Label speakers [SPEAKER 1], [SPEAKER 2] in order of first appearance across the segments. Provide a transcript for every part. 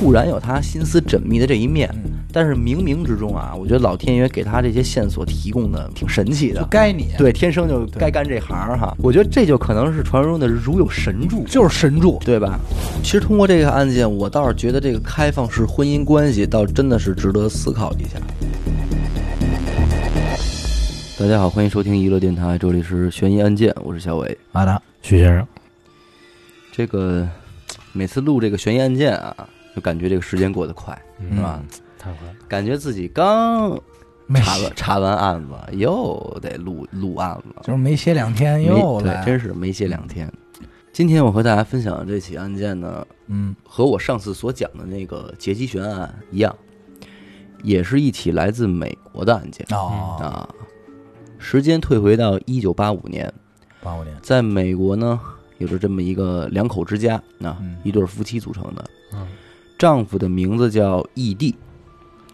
[SPEAKER 1] 固然有他心思缜密的这一面，但是冥冥之中啊，我觉得老天爷给他这些线索提供的挺神奇
[SPEAKER 2] 就
[SPEAKER 1] 的。
[SPEAKER 2] 该你，，
[SPEAKER 1] 对，天生就该干这行儿哈。我觉得这就可能是传说中的如有神助，
[SPEAKER 2] 就是神助。
[SPEAKER 1] 对吧？其实通过这个案件，我倒是觉得这个开放式婚姻关系倒真的是值得思考一下。大家好，欢迎收听娱乐电台，这里是悬疑案件，我是小伟。
[SPEAKER 2] 好的，徐先生，
[SPEAKER 1] 这个每次录这个悬疑案件啊，就感觉这个时间过得快，是吧？
[SPEAKER 3] 嗯太快了，
[SPEAKER 1] 感觉自己刚
[SPEAKER 2] 没
[SPEAKER 1] 查了查完 案子，又得录录案了，
[SPEAKER 2] 就是没歇两
[SPEAKER 3] 哎
[SPEAKER 2] 天
[SPEAKER 1] 没
[SPEAKER 2] 又来
[SPEAKER 1] 对，
[SPEAKER 2] 了，
[SPEAKER 1] 真是没歇两天。今天我和大家分享的这起案件呢，
[SPEAKER 2] 嗯
[SPEAKER 1] 和我上次所讲的那个劫机悬案一样，也是一起来自美国的案件
[SPEAKER 2] 哦，
[SPEAKER 1] 啊。时间退回到一九八五年，
[SPEAKER 2] 八五年，
[SPEAKER 1] 在美国呢，有着这么一个两口之家啊
[SPEAKER 2] 嗯，
[SPEAKER 1] 一对夫妻组成的，
[SPEAKER 3] 嗯
[SPEAKER 1] 丈夫的名字叫异地，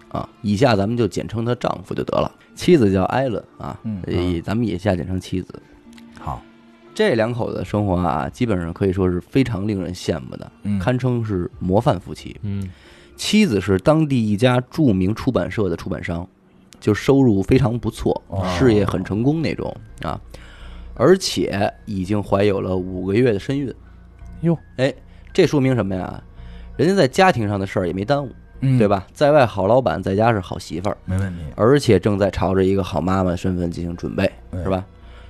[SPEAKER 1] 啊，以下咱们就简称她丈夫就得了。妻子叫艾伦啊，
[SPEAKER 2] 嗯
[SPEAKER 1] 也咱们以下简称妻子。
[SPEAKER 2] 好，
[SPEAKER 1] 这两口子的生活啊，基本上可以说是非常令人羡慕的，
[SPEAKER 2] 嗯，
[SPEAKER 1] 堪称是模范夫妻。
[SPEAKER 3] 嗯
[SPEAKER 1] 妻子是当地一家著名出版社的出版商，就收入非常不错
[SPEAKER 2] 哦，
[SPEAKER 1] 事业很成功那种啊，而且已经怀有了五个月的身孕。
[SPEAKER 3] 哟，
[SPEAKER 1] 哎，这说明什么呀？人家在家庭上的事儿也没耽误，
[SPEAKER 2] 嗯
[SPEAKER 1] 对？吧？在外好老板，在家是好媳妇儿，
[SPEAKER 2] 没问题，
[SPEAKER 1] 而且正在朝着一个好妈妈的身份进行准备，是吧？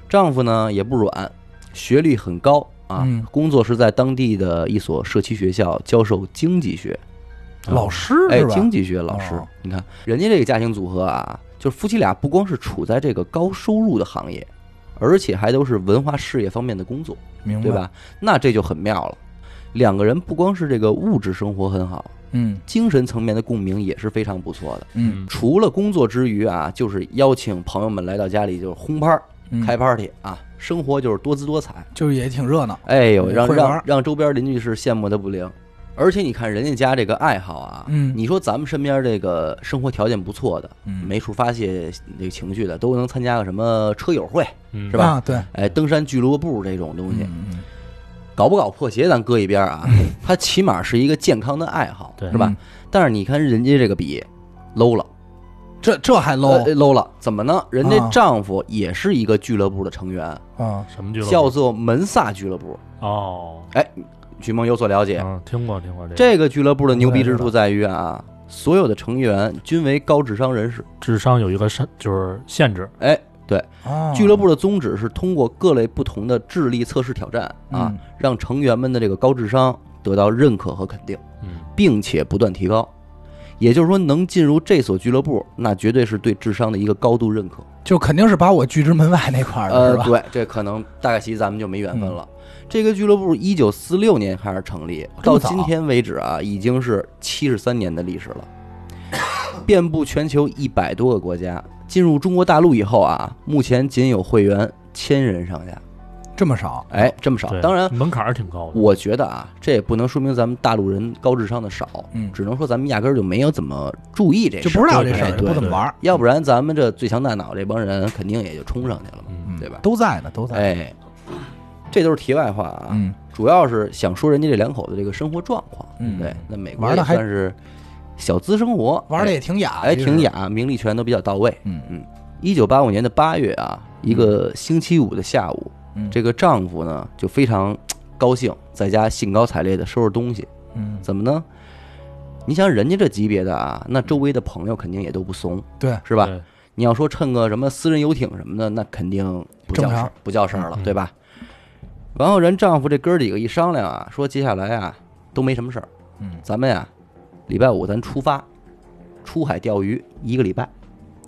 [SPEAKER 1] 丈夫呢也不软，学历很高啊，
[SPEAKER 2] 嗯
[SPEAKER 1] 工作是在当地的一所社区学校教授经济学，
[SPEAKER 2] 老师
[SPEAKER 1] 哎
[SPEAKER 2] 是，吧？
[SPEAKER 1] 经济学老师，
[SPEAKER 2] 哦
[SPEAKER 1] 你看人家这个家庭组合啊，就是夫妻俩不光是处在这个高收入的行业，而且还都是文化事业方面的工作，
[SPEAKER 2] 明白
[SPEAKER 1] 对？吧？那这就很妙了。两个人不光是这个物质生活很好，
[SPEAKER 2] 嗯
[SPEAKER 1] 精神层面的共鸣也是非常不错的。
[SPEAKER 2] 嗯，
[SPEAKER 1] 除了工作之余啊，就是邀请朋友们来到家里，就是轰趴儿、
[SPEAKER 2] 嗯
[SPEAKER 1] 开 party 啊，生活就是多姿多彩。
[SPEAKER 2] 就是也挺热闹，
[SPEAKER 1] 哎呦，
[SPEAKER 2] 嗯
[SPEAKER 1] 让
[SPEAKER 2] 会玩
[SPEAKER 1] 让让周边邻居是羡慕的不灵。而且你看人家家这个爱好啊，
[SPEAKER 2] 嗯
[SPEAKER 1] 你说咱们身边这个生活条件不错的，
[SPEAKER 2] 嗯
[SPEAKER 1] 没处发泄这个情绪的，都能参加个什么车友会，
[SPEAKER 3] 嗯
[SPEAKER 1] 是吧
[SPEAKER 2] 啊对，
[SPEAKER 1] 哎，登山俱乐部这种东西，
[SPEAKER 2] 嗯嗯
[SPEAKER 1] 搞不搞破鞋咱搁一边儿 啊，它起码是一个健康的爱好，
[SPEAKER 2] 嗯
[SPEAKER 3] 对
[SPEAKER 1] 是吧？但是你看人家这个比 low 了
[SPEAKER 2] 这这还 low
[SPEAKER 1] 呃 low 了，怎么呢？人家
[SPEAKER 2] 啊
[SPEAKER 1] 丈夫也是一个俱乐部的成员，
[SPEAKER 2] 啊？
[SPEAKER 3] 什么俱乐部
[SPEAKER 1] 叫做门萨俱乐部。
[SPEAKER 3] 哦，
[SPEAKER 1] 徐梦有所了解，
[SPEAKER 3] 嗯，听过听过这个
[SPEAKER 1] 这个俱乐部的牛逼之处在于啊，所有的成员均为高智商人士。
[SPEAKER 3] 智商有一个上就是限制，
[SPEAKER 1] 哎，
[SPEAKER 2] 啊，
[SPEAKER 1] 俱乐部的宗旨是通过各类不同的智力测试挑战啊，
[SPEAKER 2] 嗯
[SPEAKER 1] 让成员们的这个高智商得到认可和肯定，
[SPEAKER 3] 嗯
[SPEAKER 1] 并且不断提高。也就是说，能进入这所俱乐部，那绝对是对智商的一个高度认可。
[SPEAKER 2] 就肯定是把我拒之门外那块儿的
[SPEAKER 1] 呃
[SPEAKER 2] 是，吧？嗯
[SPEAKER 1] 对，这可能大概其咱们就没缘分了。这个俱乐部一九四六年开始成立，
[SPEAKER 2] 哦这
[SPEAKER 1] 到
[SPEAKER 2] 么早
[SPEAKER 1] 今天为止啊，已经是七十三年的历史了，遍布全球一百多个国家。进入中国大陆以后啊，目前仅有会员千人上下，
[SPEAKER 2] 这么少，
[SPEAKER 1] 哎，这么少。
[SPEAKER 3] 对，
[SPEAKER 1] 当然，
[SPEAKER 3] 门槛儿挺高的，
[SPEAKER 1] 我觉得啊，这也不能说明咱们大陆人高智商的少，
[SPEAKER 2] 嗯
[SPEAKER 1] 只能说咱们压根儿就没有怎么注意这
[SPEAKER 2] 就
[SPEAKER 1] 事
[SPEAKER 2] 不
[SPEAKER 1] 儿，
[SPEAKER 2] 知道这事
[SPEAKER 3] 哎
[SPEAKER 2] 儿，
[SPEAKER 3] 对
[SPEAKER 2] 不怎么玩儿，
[SPEAKER 1] 要不然咱们这最强大脑这帮人肯定也就冲上去了嘛。
[SPEAKER 3] 嗯
[SPEAKER 1] 对吧
[SPEAKER 2] 都在呢，都在，
[SPEAKER 1] 哎，这都是题外话啊，
[SPEAKER 2] 嗯，
[SPEAKER 1] 主要是想说人家这两口子这个生活状况。
[SPEAKER 2] 嗯
[SPEAKER 1] 对，那美国
[SPEAKER 2] 玩
[SPEAKER 1] 也
[SPEAKER 2] 得还
[SPEAKER 1] 算是小资生活，
[SPEAKER 2] 玩的也挺雅，
[SPEAKER 1] 哎哎
[SPEAKER 2] 其实
[SPEAKER 1] 挺，雅，名利权都比较到位。
[SPEAKER 2] 嗯
[SPEAKER 1] 嗯，一九八五年的八月啊，一个星期五的下午，
[SPEAKER 2] 嗯
[SPEAKER 1] 这个丈夫呢就非常高兴，在家兴高采烈的收拾东西，
[SPEAKER 2] 嗯，
[SPEAKER 1] 怎么呢？你想人家这级别的啊，那周围的朋友肯定也都不怂，
[SPEAKER 2] 对，
[SPEAKER 1] 是吧？
[SPEAKER 3] 对？
[SPEAKER 1] 你要说趁个什么私人游艇什么的，那肯定不叫
[SPEAKER 2] 正
[SPEAKER 1] 事
[SPEAKER 2] 常
[SPEAKER 1] 儿，不叫事儿了，
[SPEAKER 3] 嗯
[SPEAKER 1] 对吧？然后人丈夫这哥儿几个一商量啊，说接下来啊都没什么事儿，
[SPEAKER 2] 嗯
[SPEAKER 1] 咱们呀、礼拜五咱出发，出海钓鱼一个礼拜，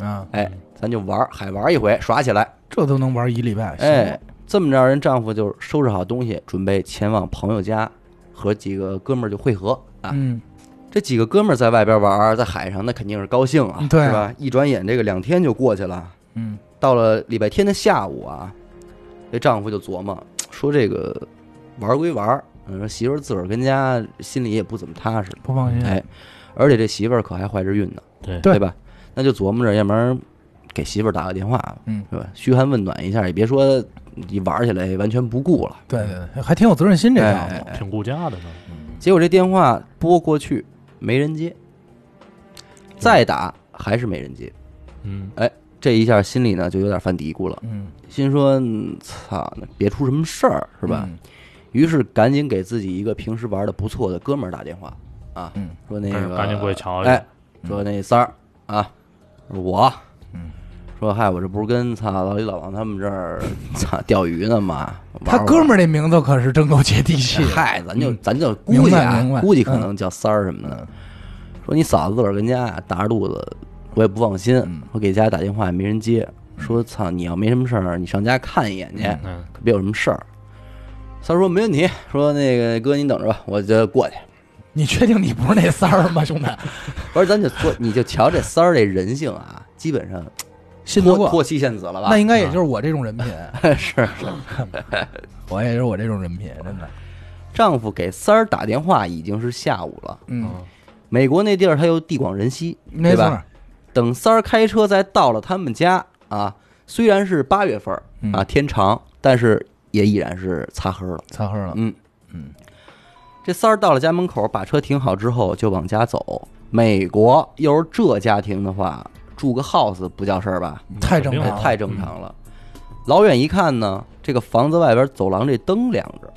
[SPEAKER 2] 啊，
[SPEAKER 1] 哎，咱就玩儿海玩儿一回，耍起来，
[SPEAKER 2] 这都能玩一礼拜，行
[SPEAKER 1] 哎，，这么着人丈夫就收拾好东西，准备前往朋友家和几个哥们儿就会合啊。
[SPEAKER 2] 嗯，
[SPEAKER 1] 这几个哥们儿在外边玩儿，在海上那肯定是高兴啊，
[SPEAKER 2] 嗯对啊
[SPEAKER 1] 是吧？一转眼这个两天就过去了。
[SPEAKER 2] 嗯，
[SPEAKER 1] 到了礼拜天的下午啊，这丈夫就琢磨说：“这个玩儿归玩儿，嗯，说媳妇儿自个儿跟家心里也不怎么踏实，
[SPEAKER 2] 不放心，
[SPEAKER 1] 哎，而且这媳妇儿可还怀着孕呢，
[SPEAKER 3] 对
[SPEAKER 2] 对
[SPEAKER 1] 吧？那就琢磨着，要不然给媳妇儿打个电话吧，
[SPEAKER 2] 嗯
[SPEAKER 1] 是吧？嘘寒问暖一下，也别说一玩儿起来完全不顾了。
[SPEAKER 2] 对对对，还挺有责任心这
[SPEAKER 1] 哎
[SPEAKER 2] 丈
[SPEAKER 1] 哎
[SPEAKER 2] 夫，
[SPEAKER 1] 哎
[SPEAKER 3] 挺顾家的呢，
[SPEAKER 1] 结果这电话拨过去，没人接，再打还是没人接，
[SPEAKER 3] 嗯
[SPEAKER 1] 这一下心里呢就有点犯嘀咕了，
[SPEAKER 2] 嗯，
[SPEAKER 1] 心说嗯操，那别出什么事儿是吧？
[SPEAKER 2] 嗯？
[SPEAKER 1] 于是赶紧给自己一个平时玩的不错的哥们儿打电话啊，
[SPEAKER 2] 嗯
[SPEAKER 1] 说那个
[SPEAKER 3] 赶紧过去瞧瞧
[SPEAKER 1] 哎，说那三儿啊，我，
[SPEAKER 2] 嗯，
[SPEAKER 1] 说嗨，我这不是跟操老李老王他们这儿操钓鱼呢吗？
[SPEAKER 2] 他哥们儿这名字可是真够接地气的。
[SPEAKER 1] 嗨，咱就
[SPEAKER 2] 嗯
[SPEAKER 1] 咱就估计啊
[SPEAKER 2] 明白明白，
[SPEAKER 1] 估计可能叫三儿什么的
[SPEAKER 2] 嗯。
[SPEAKER 1] 说你嫂子自个儿跟家啊打着肚子，我也不放心
[SPEAKER 2] 嗯，
[SPEAKER 1] 我给家打电话也没人接，说操，你要没什么事儿，你上家看一眼去，
[SPEAKER 3] 嗯
[SPEAKER 1] 可别有什么事儿。三儿说没问题，说那个哥您等着吧，我就过去。
[SPEAKER 2] 你确定你不是那三儿 吗，兄弟？
[SPEAKER 1] 不是，咱就说，你就瞧这三儿这人性啊，基本上
[SPEAKER 2] 信得
[SPEAKER 1] 脱
[SPEAKER 2] 过，
[SPEAKER 1] 脱妻献子了吧
[SPEAKER 2] 那？应该也就是我这种人品，
[SPEAKER 1] 是
[SPEAKER 2] 我也就是我这种人品，真的。
[SPEAKER 1] 丈夫给三儿打电话已经是下午了。
[SPEAKER 2] 嗯，
[SPEAKER 1] 美国那地儿它又地广人稀，
[SPEAKER 2] 没
[SPEAKER 1] 对
[SPEAKER 2] 错
[SPEAKER 1] 吧？
[SPEAKER 2] 儿，
[SPEAKER 1] 等三儿开车再到了他们家啊，虽然是八月份儿
[SPEAKER 2] 嗯
[SPEAKER 1] 啊，天长，但是也已然是擦黑了。
[SPEAKER 2] 擦黑了。
[SPEAKER 1] 嗯
[SPEAKER 2] 嗯，
[SPEAKER 1] 这三儿到了家门口，把车停好之后就往家走。美国要是这家庭的话，住个 house 不叫事儿吧？
[SPEAKER 2] 太正常
[SPEAKER 3] 肯定
[SPEAKER 1] 这
[SPEAKER 2] 了，
[SPEAKER 1] 太正常了。老远一看呢，这个房子外边走廊这灯亮着，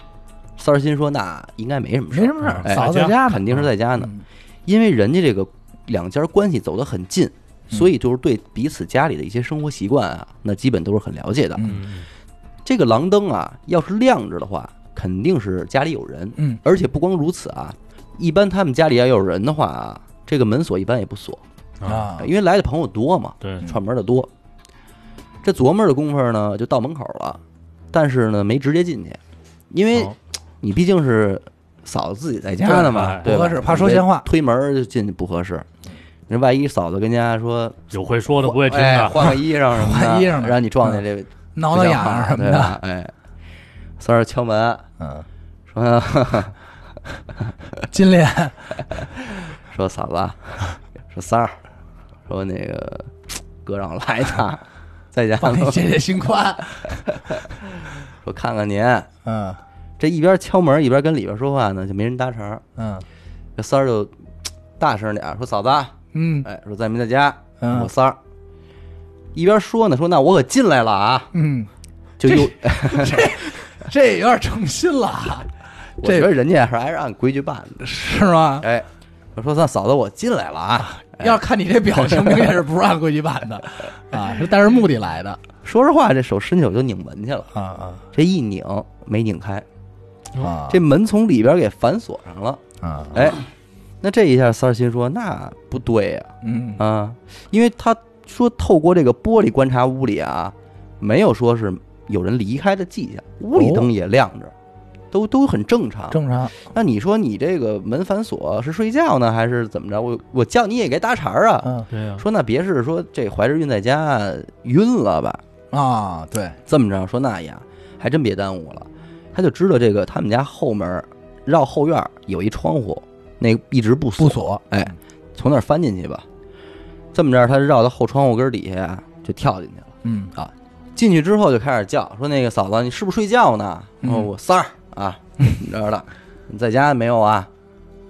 [SPEAKER 1] 三儿心说那应该没什么事
[SPEAKER 2] 没什
[SPEAKER 1] 儿，
[SPEAKER 2] 么事儿，
[SPEAKER 1] 哎
[SPEAKER 2] 嫂子在家呢，
[SPEAKER 1] 肯定是在家呢。
[SPEAKER 2] 嗯
[SPEAKER 1] 因为人家这个两家关系走得很近，
[SPEAKER 2] 嗯
[SPEAKER 1] 所以就是对彼此家里的一些生活习惯啊，那基本都是很了解的。
[SPEAKER 2] 嗯
[SPEAKER 3] 嗯
[SPEAKER 1] 这个廊灯啊，要是亮着的话，肯定是家里有人。
[SPEAKER 2] 嗯，
[SPEAKER 1] 而且不光如此啊，一般他们家里要有人的话啊，这个门锁一般也不锁，
[SPEAKER 3] 嗯啊，
[SPEAKER 2] 啊，嗯
[SPEAKER 1] 因为来的朋友多嘛。
[SPEAKER 3] 对，
[SPEAKER 1] 串门的多。这琢磨的功夫呢，就到门口了，但是呢，没直接进去，因为
[SPEAKER 2] 哦
[SPEAKER 3] 好
[SPEAKER 1] 你毕竟是嫂子自己在家呢嘛，对
[SPEAKER 3] 对
[SPEAKER 2] 不
[SPEAKER 1] 吧？
[SPEAKER 2] 合适怕说闲话
[SPEAKER 1] 你别推门就进去不合适。那万一嫂子跟家说
[SPEAKER 3] 有会说的不会听
[SPEAKER 1] 哎
[SPEAKER 3] 的，
[SPEAKER 1] 换个衣裳什么的，
[SPEAKER 2] 啊 换衣裳的
[SPEAKER 1] 让你撞见这
[SPEAKER 2] 挠挠痒啊痒什么
[SPEAKER 1] 不像
[SPEAKER 2] 的，
[SPEAKER 1] 话对吧哎，三儿敲门
[SPEAKER 2] 嗯，
[SPEAKER 1] 说
[SPEAKER 2] 金莲，
[SPEAKER 1] 说嫂子啊，说三儿，说那个哥让我来一趟，在家
[SPEAKER 2] 帮
[SPEAKER 1] 呢
[SPEAKER 2] 你解解心宽，
[SPEAKER 1] 说看看您。
[SPEAKER 2] 嗯
[SPEAKER 1] 这一边敲门一边跟里边说话呢，就没人搭茬。
[SPEAKER 2] 嗯
[SPEAKER 1] 这三儿就嘖大声点儿说：“嫂子啊，
[SPEAKER 2] 嗯
[SPEAKER 1] 哎，说在没在家？
[SPEAKER 2] 嗯
[SPEAKER 1] 我三儿。”一边说呢，说那我可进来了啊，
[SPEAKER 2] 嗯，
[SPEAKER 1] 就又，
[SPEAKER 2] 这有点诚心了啊，
[SPEAKER 1] 我
[SPEAKER 2] 这啊
[SPEAKER 1] 觉得人家还是按规矩办的。
[SPEAKER 2] 是吗？
[SPEAKER 1] 哎，我说算嫂子，我进来了啊。
[SPEAKER 2] 要是看你这表情，明显是不是按规矩办的啊，是带着目的来的
[SPEAKER 1] 说实话，这手伸手就拧门去了，
[SPEAKER 2] 啊啊
[SPEAKER 1] 这一拧没拧开，
[SPEAKER 2] 啊
[SPEAKER 1] 这门从里边给反锁上了。
[SPEAKER 2] 啊
[SPEAKER 1] 哎，那这一下三儿心说那不对呀、
[SPEAKER 2] 嗯
[SPEAKER 1] 啊，因为他说透过这个玻璃观察屋里啊，没有说是有人离开的迹象，屋里灯也亮着，都都很正常。
[SPEAKER 2] 正常，
[SPEAKER 1] 那你说你这个门反锁是睡觉呢，还是怎么着？我我叫你也该搭茬儿啊。
[SPEAKER 2] 嗯
[SPEAKER 3] 对呀，
[SPEAKER 1] 说那别是说这怀着孕在家晕了吧？
[SPEAKER 2] 啊对，
[SPEAKER 1] 这么着说那呀，还真别耽误了。他就知道这个他们家后门儿绕后院儿有一窗户，那个一直不锁
[SPEAKER 2] 不，锁，
[SPEAKER 1] 哎，从那儿翻进去吧。这么着，他绕到后窗户根儿底下就跳进去了。
[SPEAKER 2] 嗯
[SPEAKER 1] 进去之后就开始叫，说那个嫂子，你是不是睡觉呢？
[SPEAKER 2] 嗯
[SPEAKER 1] 哦，我三儿啊，怎么着的？你在家没有啊？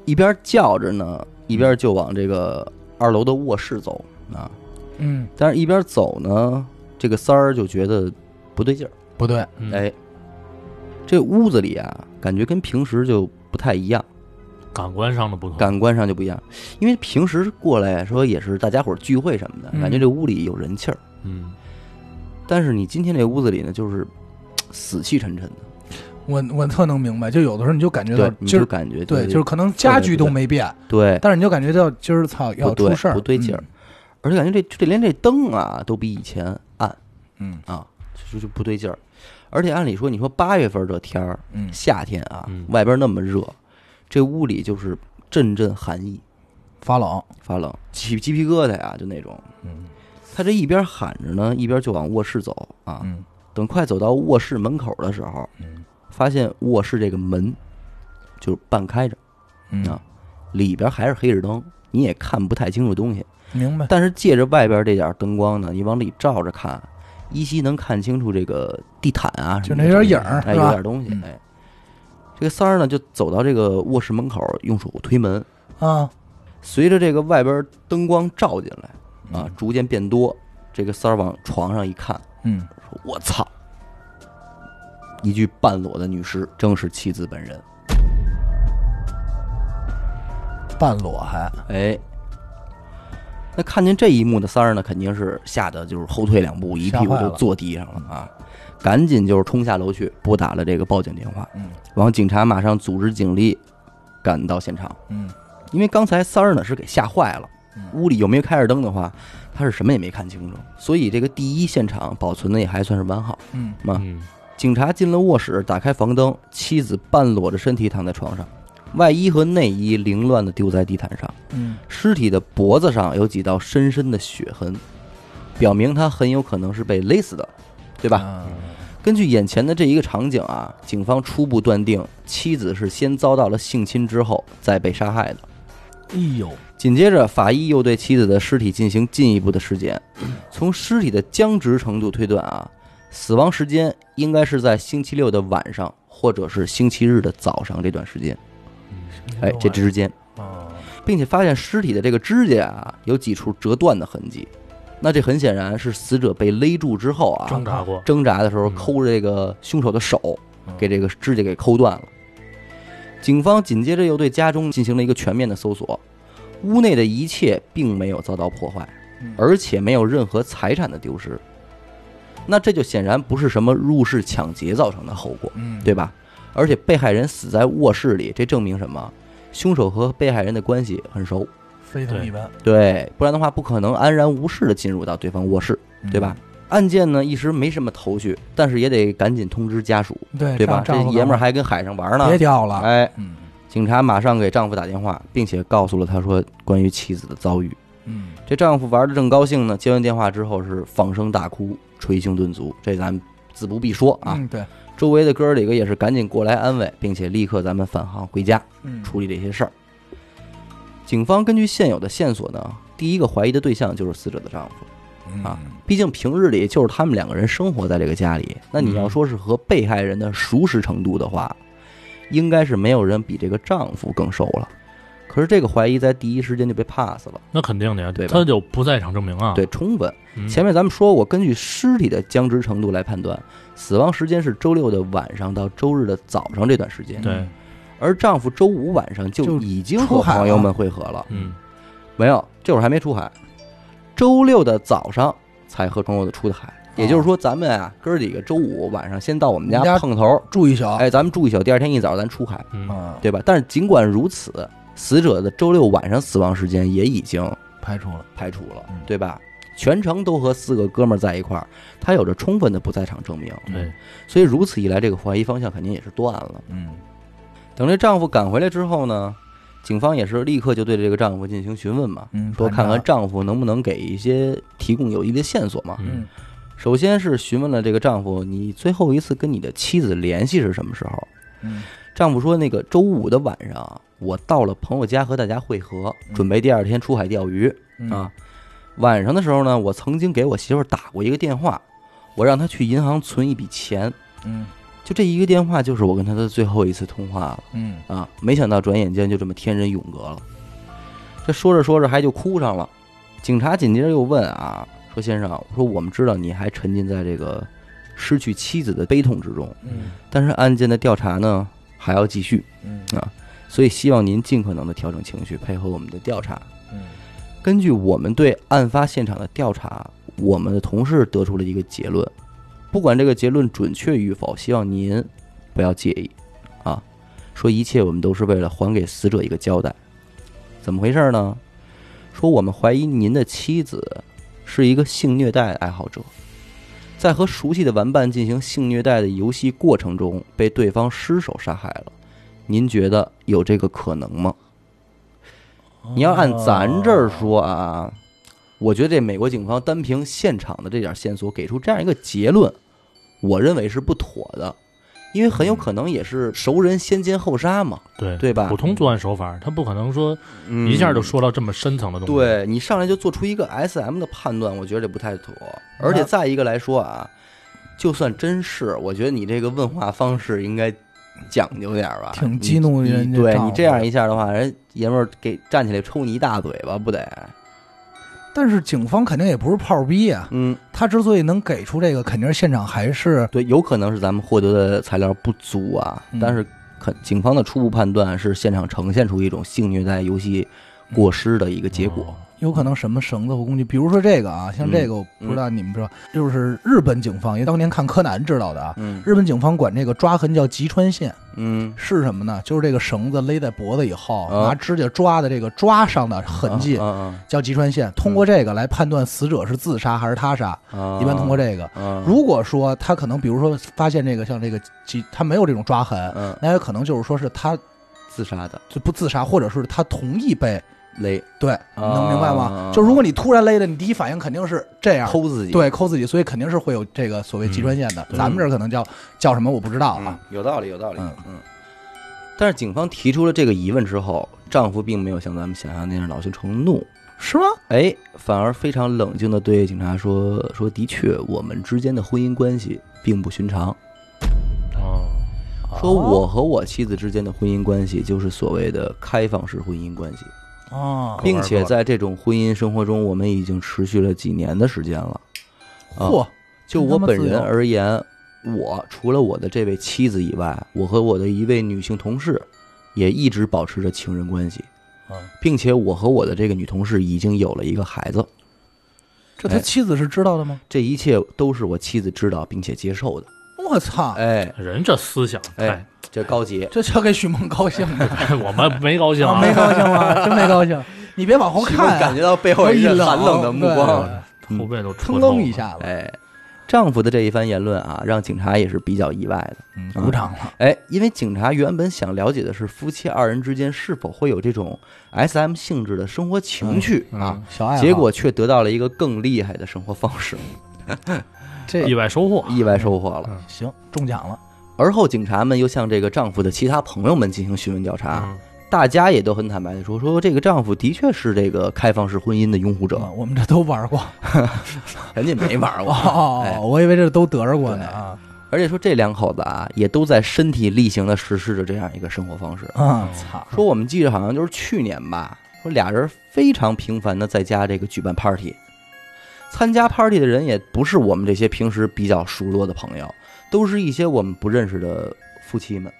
[SPEAKER 1] 一边叫着呢，一边就往这个二楼的卧室走啊。
[SPEAKER 2] 嗯
[SPEAKER 1] 但是，一边走呢，这个三儿就觉得不对劲儿。
[SPEAKER 2] 不对，
[SPEAKER 3] 嗯
[SPEAKER 1] 哎，这屋子里啊，感觉跟平时就不太一样。
[SPEAKER 3] 感官上的不同，
[SPEAKER 1] 感官上就不一样，因为平时过来说也是大家伙儿聚会什么的，
[SPEAKER 2] 嗯
[SPEAKER 1] 感觉这屋里有人气儿。
[SPEAKER 3] 嗯，
[SPEAKER 1] 但是你今天这屋子里呢，就是嘖死气沉沉的，
[SPEAKER 2] 我我特能明白，就有的时候你就感觉到
[SPEAKER 1] 对，你
[SPEAKER 2] 今
[SPEAKER 1] 就
[SPEAKER 2] 儿
[SPEAKER 1] 感觉
[SPEAKER 2] 对，就是可能
[SPEAKER 1] 对
[SPEAKER 2] 家
[SPEAKER 1] 对
[SPEAKER 2] 具
[SPEAKER 1] 对
[SPEAKER 2] 都没变，
[SPEAKER 1] 对，
[SPEAKER 2] 但是你就感觉到今儿操要
[SPEAKER 1] 不对
[SPEAKER 2] 出事儿，
[SPEAKER 1] 不对劲儿而且感觉这这连这灯啊都比以前暗
[SPEAKER 2] 嗯，
[SPEAKER 1] 啊，就就不对劲儿。而且按理说，你说八月份这天儿，
[SPEAKER 2] 嗯嗯，
[SPEAKER 1] 夏天啊，
[SPEAKER 3] 嗯
[SPEAKER 1] 外边那么热，这屋里就是阵阵寒意
[SPEAKER 2] 发冷，
[SPEAKER 1] 发冷，起鸡皮疙瘩呀、就那种。
[SPEAKER 2] 嗯
[SPEAKER 1] 他这一边喊着呢，一边就往卧室走啊。
[SPEAKER 2] 嗯
[SPEAKER 1] 等快走到卧室门口的时候，
[SPEAKER 2] 嗯
[SPEAKER 1] 发现卧室这个门就是半开着，啊
[SPEAKER 2] 嗯，
[SPEAKER 1] 里边还是黑着灯，你也看不太清楚东西。
[SPEAKER 2] 明白，
[SPEAKER 1] 但是借着外边这点灯光呢，你往里照着看，依稀能看清楚这个地毯啊什
[SPEAKER 2] 就
[SPEAKER 1] 么的，
[SPEAKER 2] 那点影儿
[SPEAKER 1] 哎，
[SPEAKER 2] 是
[SPEAKER 1] 有
[SPEAKER 2] 吧
[SPEAKER 1] 点东西
[SPEAKER 2] 嗯。
[SPEAKER 1] 哎，这个三儿呢就走到这个卧室门口，用手推门，
[SPEAKER 2] 啊，
[SPEAKER 1] 随着这个外边灯光照进来啊
[SPEAKER 2] 嗯，
[SPEAKER 1] 逐渐变多。这个三儿往床上一看，
[SPEAKER 2] 嗯，
[SPEAKER 1] 说：“我操！”一具半裸的女尸，正是妻子本人。
[SPEAKER 2] 半裸还，
[SPEAKER 1] 哎，那看见这一幕的三儿呢，肯定是吓得就是后退两步，一屁股就坐地上了啊！赶紧就是冲下楼去拨打了这个报警电话，
[SPEAKER 2] 嗯
[SPEAKER 1] 然后警察马上组织警力赶到现场。
[SPEAKER 2] 嗯
[SPEAKER 1] 因为刚才三儿呢是给吓坏了，屋里有没有开着灯的话，他是什么也没看清楚，所以这个第一现场保存的也还算是完好。
[SPEAKER 2] 嗯
[SPEAKER 1] 啊
[SPEAKER 3] 嗯，
[SPEAKER 1] 警察进了卧室，打开房灯，妻子半裸着身体躺在床上，外衣和内衣凌乱的丢在地毯上，
[SPEAKER 2] 嗯，
[SPEAKER 1] 尸体的脖子上有几道深深的血痕，表明他很有可能是被勒死的，对
[SPEAKER 2] 对
[SPEAKER 1] 吧？？
[SPEAKER 3] 嗯
[SPEAKER 1] 根据眼前的这一个场景啊，警方初步断定妻子是先遭到了性侵之后再被杀害的。
[SPEAKER 2] 哎呦，
[SPEAKER 1] 紧接着，法医又对妻子的尸体进行进一步的尸检，从尸体的僵直程度推断啊，死亡时间应该是在星期六的晚上或者是星期日的早上这段时间，哎，
[SPEAKER 3] 嗯
[SPEAKER 1] 这之间，
[SPEAKER 2] 啊，
[SPEAKER 1] 并且发现尸体的这个指甲啊有几处折断的痕迹，那这很显然是死者被勒住之后啊，
[SPEAKER 3] 嗯挣扎过，
[SPEAKER 1] 挣扎的时候
[SPEAKER 3] 嗯
[SPEAKER 1] 抠着这个凶手的手
[SPEAKER 2] 嗯，
[SPEAKER 1] 给这个指甲给抠断了。警方紧接着又对家中进行了一个全面的搜索，屋内的一切并没有遭到破坏，
[SPEAKER 2] 嗯
[SPEAKER 1] 而且没有任何财产的丢失。那这就显然不是什么入室抢劫造成的后果，
[SPEAKER 2] 嗯，
[SPEAKER 1] 对吧？而且被害人死在卧室里，这证明什么？凶手和被害人的关系很熟，
[SPEAKER 2] 非同一般，
[SPEAKER 1] 对，不然的话不可能安然无事的进入到对方卧室。对吧？？
[SPEAKER 2] 嗯
[SPEAKER 1] 案件呢一时没什么头绪，但是也得赶紧通知家属，
[SPEAKER 2] 对
[SPEAKER 1] 对吧？这爷们儿
[SPEAKER 2] 还
[SPEAKER 1] 还跟海上玩呢。
[SPEAKER 2] 别掉了，
[SPEAKER 1] 哎，
[SPEAKER 2] 嗯
[SPEAKER 1] 警察马上给丈夫打电话，并且告诉了他说关于妻子的遭遇。
[SPEAKER 2] 嗯，
[SPEAKER 1] 这丈夫玩的正高兴呢，接完电话之后是放声大哭，捶胸顿足，这咱自不必说啊。
[SPEAKER 2] 嗯对，
[SPEAKER 1] 周围的哥儿几个也是赶紧过来安慰，并且立刻咱们返航回家。
[SPEAKER 2] 嗯
[SPEAKER 1] 处理这些事儿。警方根据现有的线索呢，第一个怀疑的对象就是死者的丈夫，
[SPEAKER 2] 嗯
[SPEAKER 1] 啊，毕竟平日里就是他们两个人生活在这个家里。那你要说是和被害人的熟识程度的话，应该是没有人比这个丈夫更熟了。可是这个怀疑在第一时间就被 pass 了，
[SPEAKER 3] 那肯定的呀
[SPEAKER 1] 对，吧
[SPEAKER 3] 他有不在场证明啊。
[SPEAKER 1] 对，充分。
[SPEAKER 3] 嗯，
[SPEAKER 1] 前面咱们说过，根据尸体的僵直程度来判断，死亡时间是周六的晚上到周日的早上这段时间，
[SPEAKER 3] 对，
[SPEAKER 1] 而丈夫周五晚上就
[SPEAKER 2] 就
[SPEAKER 1] 已经
[SPEAKER 2] 出
[SPEAKER 1] 和
[SPEAKER 2] 海
[SPEAKER 1] 朋友
[SPEAKER 2] 了
[SPEAKER 1] 们会合了。
[SPEAKER 3] 嗯，
[SPEAKER 1] 没有，这会儿还没出海，周六的早上才和朋友出的海。也就是说，咱们啊哥儿几个周五晚上先到我们
[SPEAKER 2] 哦我们家
[SPEAKER 1] 家碰头，
[SPEAKER 2] 住一宿，哎
[SPEAKER 1] 哎，咱们住一宿，第二天一早咱出海，
[SPEAKER 3] 嗯，
[SPEAKER 2] 啊，
[SPEAKER 1] 对吧？但是尽管如此，死者的周六晚上死亡时间也已经
[SPEAKER 2] 排除了，
[SPEAKER 1] 排除了
[SPEAKER 2] 嗯，
[SPEAKER 1] 对吧？全程都和四个哥们儿在一块儿，他有着充分的不在场证明，
[SPEAKER 3] 对，
[SPEAKER 1] 所以如此一来，这个怀疑方向肯定也是断了。
[SPEAKER 2] 嗯
[SPEAKER 1] 等这丈夫赶回来之后呢，警方也是立刻就对这个丈夫进行询问嘛，
[SPEAKER 2] 嗯，
[SPEAKER 1] 多看看
[SPEAKER 2] 这，
[SPEAKER 1] 丈夫能不能给一些提供有益的线索嘛。
[SPEAKER 3] 嗯
[SPEAKER 2] 嗯，
[SPEAKER 1] 首先是询问了这个丈夫，你最后一次跟你的妻子联系是什么时候？
[SPEAKER 2] 嗯
[SPEAKER 1] 丈夫说，那个周五的晚上，我到了朋友家和大家会合，准备第二天出海钓鱼
[SPEAKER 2] 嗯
[SPEAKER 1] 啊。晚上的时候呢，我曾经给我媳妇儿打过一个电话，我让她去银行存一笔钱，
[SPEAKER 2] 嗯
[SPEAKER 1] 就这一个电话就是我跟她的最后一次通话了。
[SPEAKER 2] 嗯
[SPEAKER 1] 啊，没想到转眼间就这么天人永隔了。这说着说着还就哭上了。警察紧接着又问啊，说先生，说我们知道你还沉浸在这个失去妻子的悲痛之中，
[SPEAKER 2] 嗯
[SPEAKER 1] 但是案件的调查呢还要继续，啊
[SPEAKER 2] 嗯
[SPEAKER 1] 所以希望您尽可能的调整情绪，配合我们的调查。
[SPEAKER 2] 嗯
[SPEAKER 1] 根据我们对案发现场的调查，我们的同事得出了一个结论，不管这个结论准确与否，希望您不要介意啊。说一切我们都是为了还给死者一个交代，怎么回事呢？说我们怀疑您的妻子是一个性虐待爱好者，在和熟悉的玩伴进行性虐待的游戏过程中被对方失手杀害了。您觉得有这个可能吗？你要按咱这
[SPEAKER 2] 哦
[SPEAKER 1] 儿说啊，我觉得这美国警方单凭现场的这点线索给出这样一个结论，我认为是不妥的，因为很有可能也是熟人先奸后杀嘛，
[SPEAKER 3] 对
[SPEAKER 1] 对吧嗯
[SPEAKER 3] 普通作案手法，他不可能说一下就说到这么深层的东西。，嗯
[SPEAKER 1] 对你上来就做出一个 S M 的判断，我觉得这不太妥。而且再一个来说啊，就算真是，我觉得你这个问话方式应该讲究点儿吧，
[SPEAKER 2] 挺
[SPEAKER 1] 你
[SPEAKER 2] 激怒人
[SPEAKER 1] 你
[SPEAKER 2] 家
[SPEAKER 1] 对
[SPEAKER 2] 丈
[SPEAKER 1] 你
[SPEAKER 2] 夫
[SPEAKER 1] 这样一下的话，人爷们儿给站起来抽你一大嘴巴，不得？
[SPEAKER 2] 但是警方肯定也不是炮逼啊，
[SPEAKER 1] 嗯，
[SPEAKER 2] 他之所以能给出这个，肯定是现场还是
[SPEAKER 1] 对，有可能是咱们获得的材料不足啊，
[SPEAKER 2] 嗯
[SPEAKER 1] 但是肯警方的初步判断是现场呈现出一种性虐待游戏
[SPEAKER 2] 嗯
[SPEAKER 1] 过失的一个结果。
[SPEAKER 2] 有可能什么绳子或工具，比如说这个
[SPEAKER 1] 嗯
[SPEAKER 2] 啊，像这个我不知道你们知道，就是日本警方，因为当年看柯南知道的啊，
[SPEAKER 1] 嗯
[SPEAKER 2] 日本警方管这个抓痕叫吉川线，
[SPEAKER 1] 嗯
[SPEAKER 2] 是什么呢？就是这个绳子勒在脖子以后，
[SPEAKER 1] 啊
[SPEAKER 2] 拿指甲抓的这个抓上的痕迹。
[SPEAKER 1] 啊啊
[SPEAKER 2] 叫吉川线，通过这个来判断死者是自杀还是他杀，
[SPEAKER 1] 啊！
[SPEAKER 2] 一般通过
[SPEAKER 1] 这，
[SPEAKER 2] 这个。
[SPEAKER 1] 啊、
[SPEAKER 2] 如果说他可能，比如说发现这个像这个吉，他没有这种抓痕，
[SPEAKER 1] 嗯
[SPEAKER 2] 那有可能就是说是他
[SPEAKER 1] 自杀的
[SPEAKER 2] 就不自杀，或者是他同意被
[SPEAKER 1] 勒
[SPEAKER 2] 对，你能明白
[SPEAKER 1] 啊
[SPEAKER 2] 吗？就如果你突然勒的，你第一反应肯定是这样，
[SPEAKER 1] 抠自己，
[SPEAKER 2] 对，抠自己，所以肯定是会有这个所谓脊川线的。
[SPEAKER 3] 嗯
[SPEAKER 2] 咱们这儿可能叫叫什么我不知道
[SPEAKER 1] 嗯
[SPEAKER 2] 啊，，
[SPEAKER 1] 有道理，有道理。
[SPEAKER 2] 嗯
[SPEAKER 1] 嗯。但是警方提出了这个疑问之后，丈夫并没有像咱们想象那样恼羞成怒，
[SPEAKER 2] 是吗？
[SPEAKER 1] 哎，反而非常冷静的对警察说：“说的确，我们之间的婚姻关系并不寻常。
[SPEAKER 3] 哦，
[SPEAKER 1] 说
[SPEAKER 2] 哦
[SPEAKER 1] 我和我妻子之间的婚姻关系就是所谓的开放式婚姻关系，
[SPEAKER 2] 哦，
[SPEAKER 1] 并且在这种婚姻生活中，我们已经持续了几年的时间了。啊
[SPEAKER 2] 嚯，
[SPEAKER 1] 就我本人而言，我除了我的这位妻子以外，我和我的一位女性同事也一直保持着情人关系
[SPEAKER 2] 哦
[SPEAKER 3] 嗯，
[SPEAKER 1] 并且我和我的这个女同事已经有了一个孩子。
[SPEAKER 2] 这他
[SPEAKER 1] 哎
[SPEAKER 2] 妻子是知道的吗？
[SPEAKER 1] 这一切都是我妻子知道并且接受的。
[SPEAKER 2] 我操，
[SPEAKER 1] 哎，
[SPEAKER 3] 人这思想太
[SPEAKER 1] 哎，这高级。
[SPEAKER 2] 这叫给许梦高兴 的，
[SPEAKER 3] 我们没高兴
[SPEAKER 2] 啊
[SPEAKER 3] 啊，
[SPEAKER 2] 没高兴吗？真没高兴，你别往后
[SPEAKER 1] 许梦
[SPEAKER 2] 看
[SPEAKER 1] 感
[SPEAKER 2] 啊，
[SPEAKER 1] 觉到背后一阵
[SPEAKER 2] 一
[SPEAKER 1] 寒冷的目光。啊
[SPEAKER 2] 对
[SPEAKER 3] 嗯后背都
[SPEAKER 2] 腾
[SPEAKER 3] 戳痛
[SPEAKER 2] 楞
[SPEAKER 3] 了
[SPEAKER 2] 一，下子，
[SPEAKER 1] 哎，丈夫的这一番言论啊，让警察也是比较意外的。
[SPEAKER 2] 嗯鼓掌了，
[SPEAKER 1] 哎，因为警察原本想了解的是夫妻二人之间是否会有这种 S M 性质的生活情趣啊，
[SPEAKER 3] 嗯，
[SPEAKER 2] 小爱好，
[SPEAKER 1] 结果却得到了一个更厉害的生活方式，
[SPEAKER 2] 这
[SPEAKER 3] 意外收获，
[SPEAKER 1] 意外收获了。
[SPEAKER 3] 嗯
[SPEAKER 2] 哎行中奖了，
[SPEAKER 1] 而后，警察们又向这个丈夫的其他朋友们进行询问调查，
[SPEAKER 3] 嗯
[SPEAKER 1] 大家也都很坦白的说，说这个丈夫的确是这个开放式婚姻的拥护者，
[SPEAKER 2] 嗯我们这都玩过，
[SPEAKER 3] 嗯
[SPEAKER 1] 人家没玩 过，哎
[SPEAKER 2] 哦，我以为这都得着过呢啊，
[SPEAKER 1] 而且说这两口子啊，也都在身体力行的实施着这样一个生活方式。
[SPEAKER 2] 啊操，
[SPEAKER 1] 说我们记着好像就是去年吧，说俩人非常频繁的在家这个举办 party，参加 party 的人也不是我们这些平时比较熟络的朋友，都是一些我们不认识的夫妻们。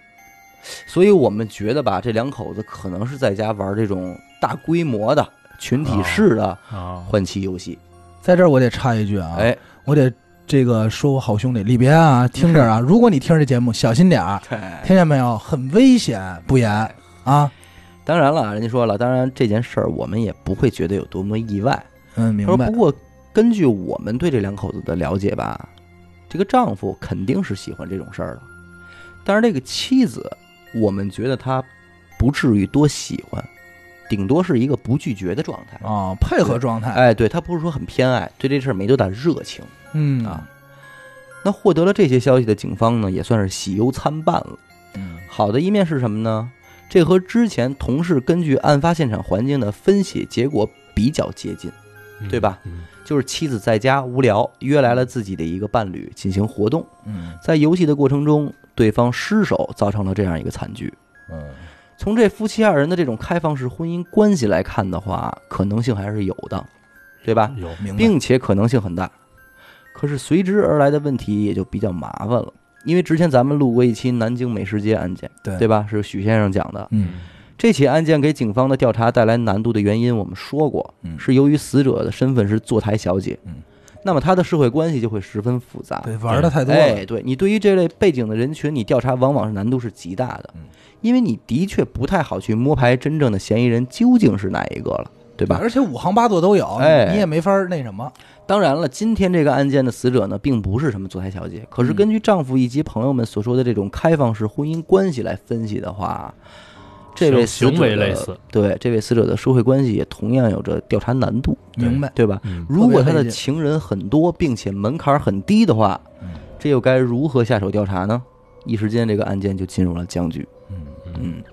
[SPEAKER 1] 所以我们觉得吧，这两口子可能是在家玩这种大规模的群体式的
[SPEAKER 3] 啊，
[SPEAKER 1] 换妻游戏。
[SPEAKER 2] 在这儿我得插一句啊，
[SPEAKER 1] 哎，
[SPEAKER 2] 我得这个说我好兄弟李别啊，听着
[SPEAKER 1] 嗯
[SPEAKER 2] 啊，如果你听着这节目，小心点儿，
[SPEAKER 1] 哎
[SPEAKER 2] 听见没有？很危险，不言啊。
[SPEAKER 1] 当然了，人家说了，当然这件事儿我们也不会觉得有多么意外。
[SPEAKER 2] 嗯，明
[SPEAKER 1] 他说：“
[SPEAKER 2] 白
[SPEAKER 1] 不。过根据我们对这两口子的了解吧，这个丈夫肯定是喜欢这种事儿的，但是这个妻子，我们觉得她不至于多喜欢，顶多是一个不拒绝的状态。
[SPEAKER 2] 哦，配合状态，
[SPEAKER 1] 哎，对她不是说很偏爱，对这事儿没多大热情
[SPEAKER 2] 嗯
[SPEAKER 1] 啊。那获得了这些消息的警方呢，也算是喜忧参半了。
[SPEAKER 2] 嗯
[SPEAKER 1] 好的一面是什么呢？这和之前同事根据案发现场环境的分析结果比较接近。”
[SPEAKER 3] 嗯
[SPEAKER 1] 对吧？
[SPEAKER 3] 嗯
[SPEAKER 1] 就是妻子在家无聊，约来了自己的一个伴侣进行活动。
[SPEAKER 2] 嗯
[SPEAKER 1] 在游戏的过程中，对方失手，造成了这样一个惨剧。
[SPEAKER 2] 嗯，
[SPEAKER 1] 从这夫妻二人的这种开放式婚姻关系来看的话，可能性还是有的，对吧？
[SPEAKER 3] 有
[SPEAKER 2] 明白。
[SPEAKER 1] 并且可能性很大。可是随之而来的问题也就比较麻烦了，因为之前咱们录过一期南京美食街案件，
[SPEAKER 2] 对
[SPEAKER 1] 对吧？是许先生讲的。
[SPEAKER 2] 嗯
[SPEAKER 1] 这起案件给警方的调查带来难度的原因，我们说过，
[SPEAKER 2] 嗯
[SPEAKER 1] 是由于死者的身份是坐台小姐，
[SPEAKER 2] 嗯，
[SPEAKER 1] 那么她的社会关系就会十分复杂。
[SPEAKER 2] 对，玩的太多了。
[SPEAKER 1] 啊哎，对你对于这类背景的人群，你调查往往是难度是极大的
[SPEAKER 2] 嗯，
[SPEAKER 1] 因为你的确不太好去摸排真正的嫌疑人究竟是哪一个了，对吧？
[SPEAKER 2] 而且五行八作都有，
[SPEAKER 1] 哎
[SPEAKER 2] 你也没法儿那什么。
[SPEAKER 1] 当然了，今天这个案件的死者呢，并不是什么坐台小姐，可是
[SPEAKER 2] 嗯
[SPEAKER 1] 根据丈夫以及朋友们所说的这种开放式婚姻关系来分析的话，这位死
[SPEAKER 3] 行
[SPEAKER 1] 者
[SPEAKER 3] 行为类
[SPEAKER 1] 的
[SPEAKER 3] 似，
[SPEAKER 1] 对这位死者的社会关系也同样有着调查难度，
[SPEAKER 2] 明白。
[SPEAKER 1] 对吧？
[SPEAKER 3] 嗯，
[SPEAKER 1] 如果他
[SPEAKER 2] 特
[SPEAKER 1] 的
[SPEAKER 2] 别费劲
[SPEAKER 1] 情人很多，并且门槛很低的话，
[SPEAKER 2] 嗯
[SPEAKER 1] 这又该如何下手调查呢？一时间，这个案件就进入了僵局。
[SPEAKER 2] 嗯
[SPEAKER 1] 嗯，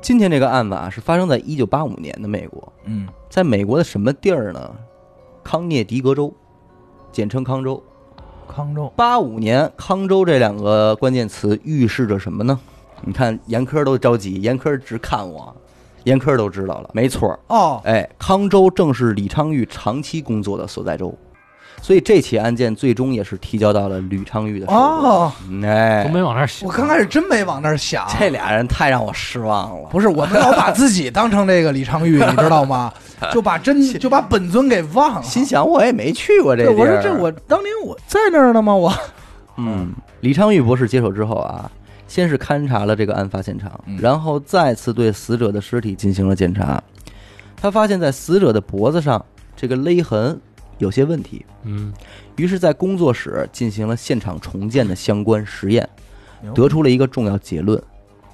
[SPEAKER 1] 今天这个案子啊，是发生在一九八五年的美国，
[SPEAKER 2] 嗯，
[SPEAKER 1] 在美国的什么地儿呢？康涅狄格州，简称康州。
[SPEAKER 2] 康州，
[SPEAKER 1] 八五年康州这两个关键词预示着什么呢？你看严科都着急，严科直看我，严科都知道了，没错儿。
[SPEAKER 2] 哦，
[SPEAKER 1] 哎，康州正是李昌钰长期工作的所在州，所以这起案件最终也是提交到了吕昌钰的手里。
[SPEAKER 2] 哦，
[SPEAKER 1] 嗯，哎
[SPEAKER 3] 都，没往那儿想。
[SPEAKER 2] 我刚开始真没往那儿想，
[SPEAKER 1] 这俩人太让我失望了。
[SPEAKER 2] 不是我们老把自己当成这个李昌 钰，你知道吗？就把真就把本尊给忘了。
[SPEAKER 1] 心想我也没去过这
[SPEAKER 2] 对，
[SPEAKER 1] 地儿，啊
[SPEAKER 2] 我说这我当年我在那儿呢吗？我
[SPEAKER 1] 嗯，李昌钰博士接手之后啊，先是勘察了这个案发现场，
[SPEAKER 2] 嗯
[SPEAKER 1] 然后再次对死者的尸体进行了检查。他发现，在死者的脖子上这个勒痕有些问题，
[SPEAKER 3] 嗯，
[SPEAKER 1] 于是，在工作室进行了现场重建的相关实验，得出了一个重要结论：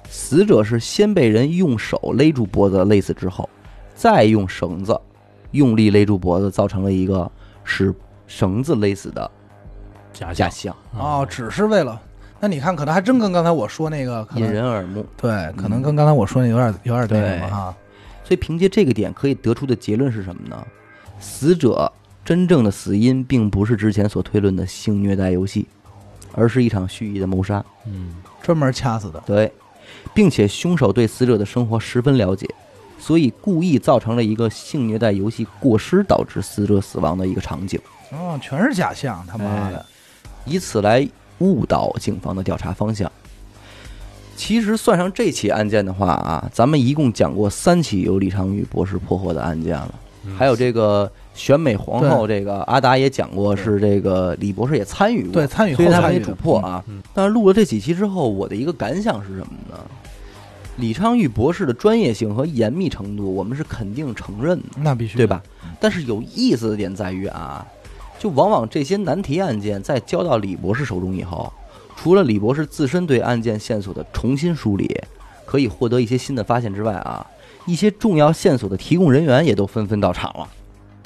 [SPEAKER 1] 死者是先被人用手勒住脖子勒死之后，再用绳子用力勒住脖子，造成了一个使绳子勒死的
[SPEAKER 3] 假啊
[SPEAKER 1] 假象，
[SPEAKER 2] 哦，，只是为了那你看，可能还真跟刚才我说那个可
[SPEAKER 1] 引
[SPEAKER 2] 能
[SPEAKER 1] 人耳目。
[SPEAKER 2] 对，可能跟刚才我说那有点有点那
[SPEAKER 1] 对
[SPEAKER 2] 什么哈。
[SPEAKER 1] 所以凭借这个点可以得出的结论是什么呢？死者真正的死因并不是之前所推论的性虐待游戏，而是一场蓄意的谋杀。
[SPEAKER 3] 嗯，
[SPEAKER 2] 专门掐死的，
[SPEAKER 1] 对，并且凶手对死者的生活十分了解，所以故意造成了一个性虐待游戏过失导致死者死亡的一个场景，
[SPEAKER 2] 哦，全是假象，他妈
[SPEAKER 1] 哎
[SPEAKER 2] 的！
[SPEAKER 1] 以此来误导警方的调查方向。其实算上这起案件的话啊，咱们一共讲过三起由李昌钰博士破获的案件了。
[SPEAKER 3] 嗯
[SPEAKER 1] 还有这个选美皇后，这个阿达也讲过，是这个李博士也参与过，
[SPEAKER 2] 对，，参与后
[SPEAKER 1] 所以他
[SPEAKER 2] 参
[SPEAKER 1] 没
[SPEAKER 2] 与
[SPEAKER 1] 主
[SPEAKER 2] 的
[SPEAKER 1] 破，啊。
[SPEAKER 3] 嗯嗯
[SPEAKER 1] 但是录了这几期之后，我的一个感想是什么呢？李昌钰博士的专业性和严密程度，我们是肯定承认的，
[SPEAKER 2] 嗯那必须
[SPEAKER 1] 对？吧？但是有意思的点在于啊，就往往这些难题案件在交到李博士手中以后，除了李博士自身对案件线索的重新梳理，可以获得一些新的发现之外啊，一些重要线索的提供人员也都纷纷到场了。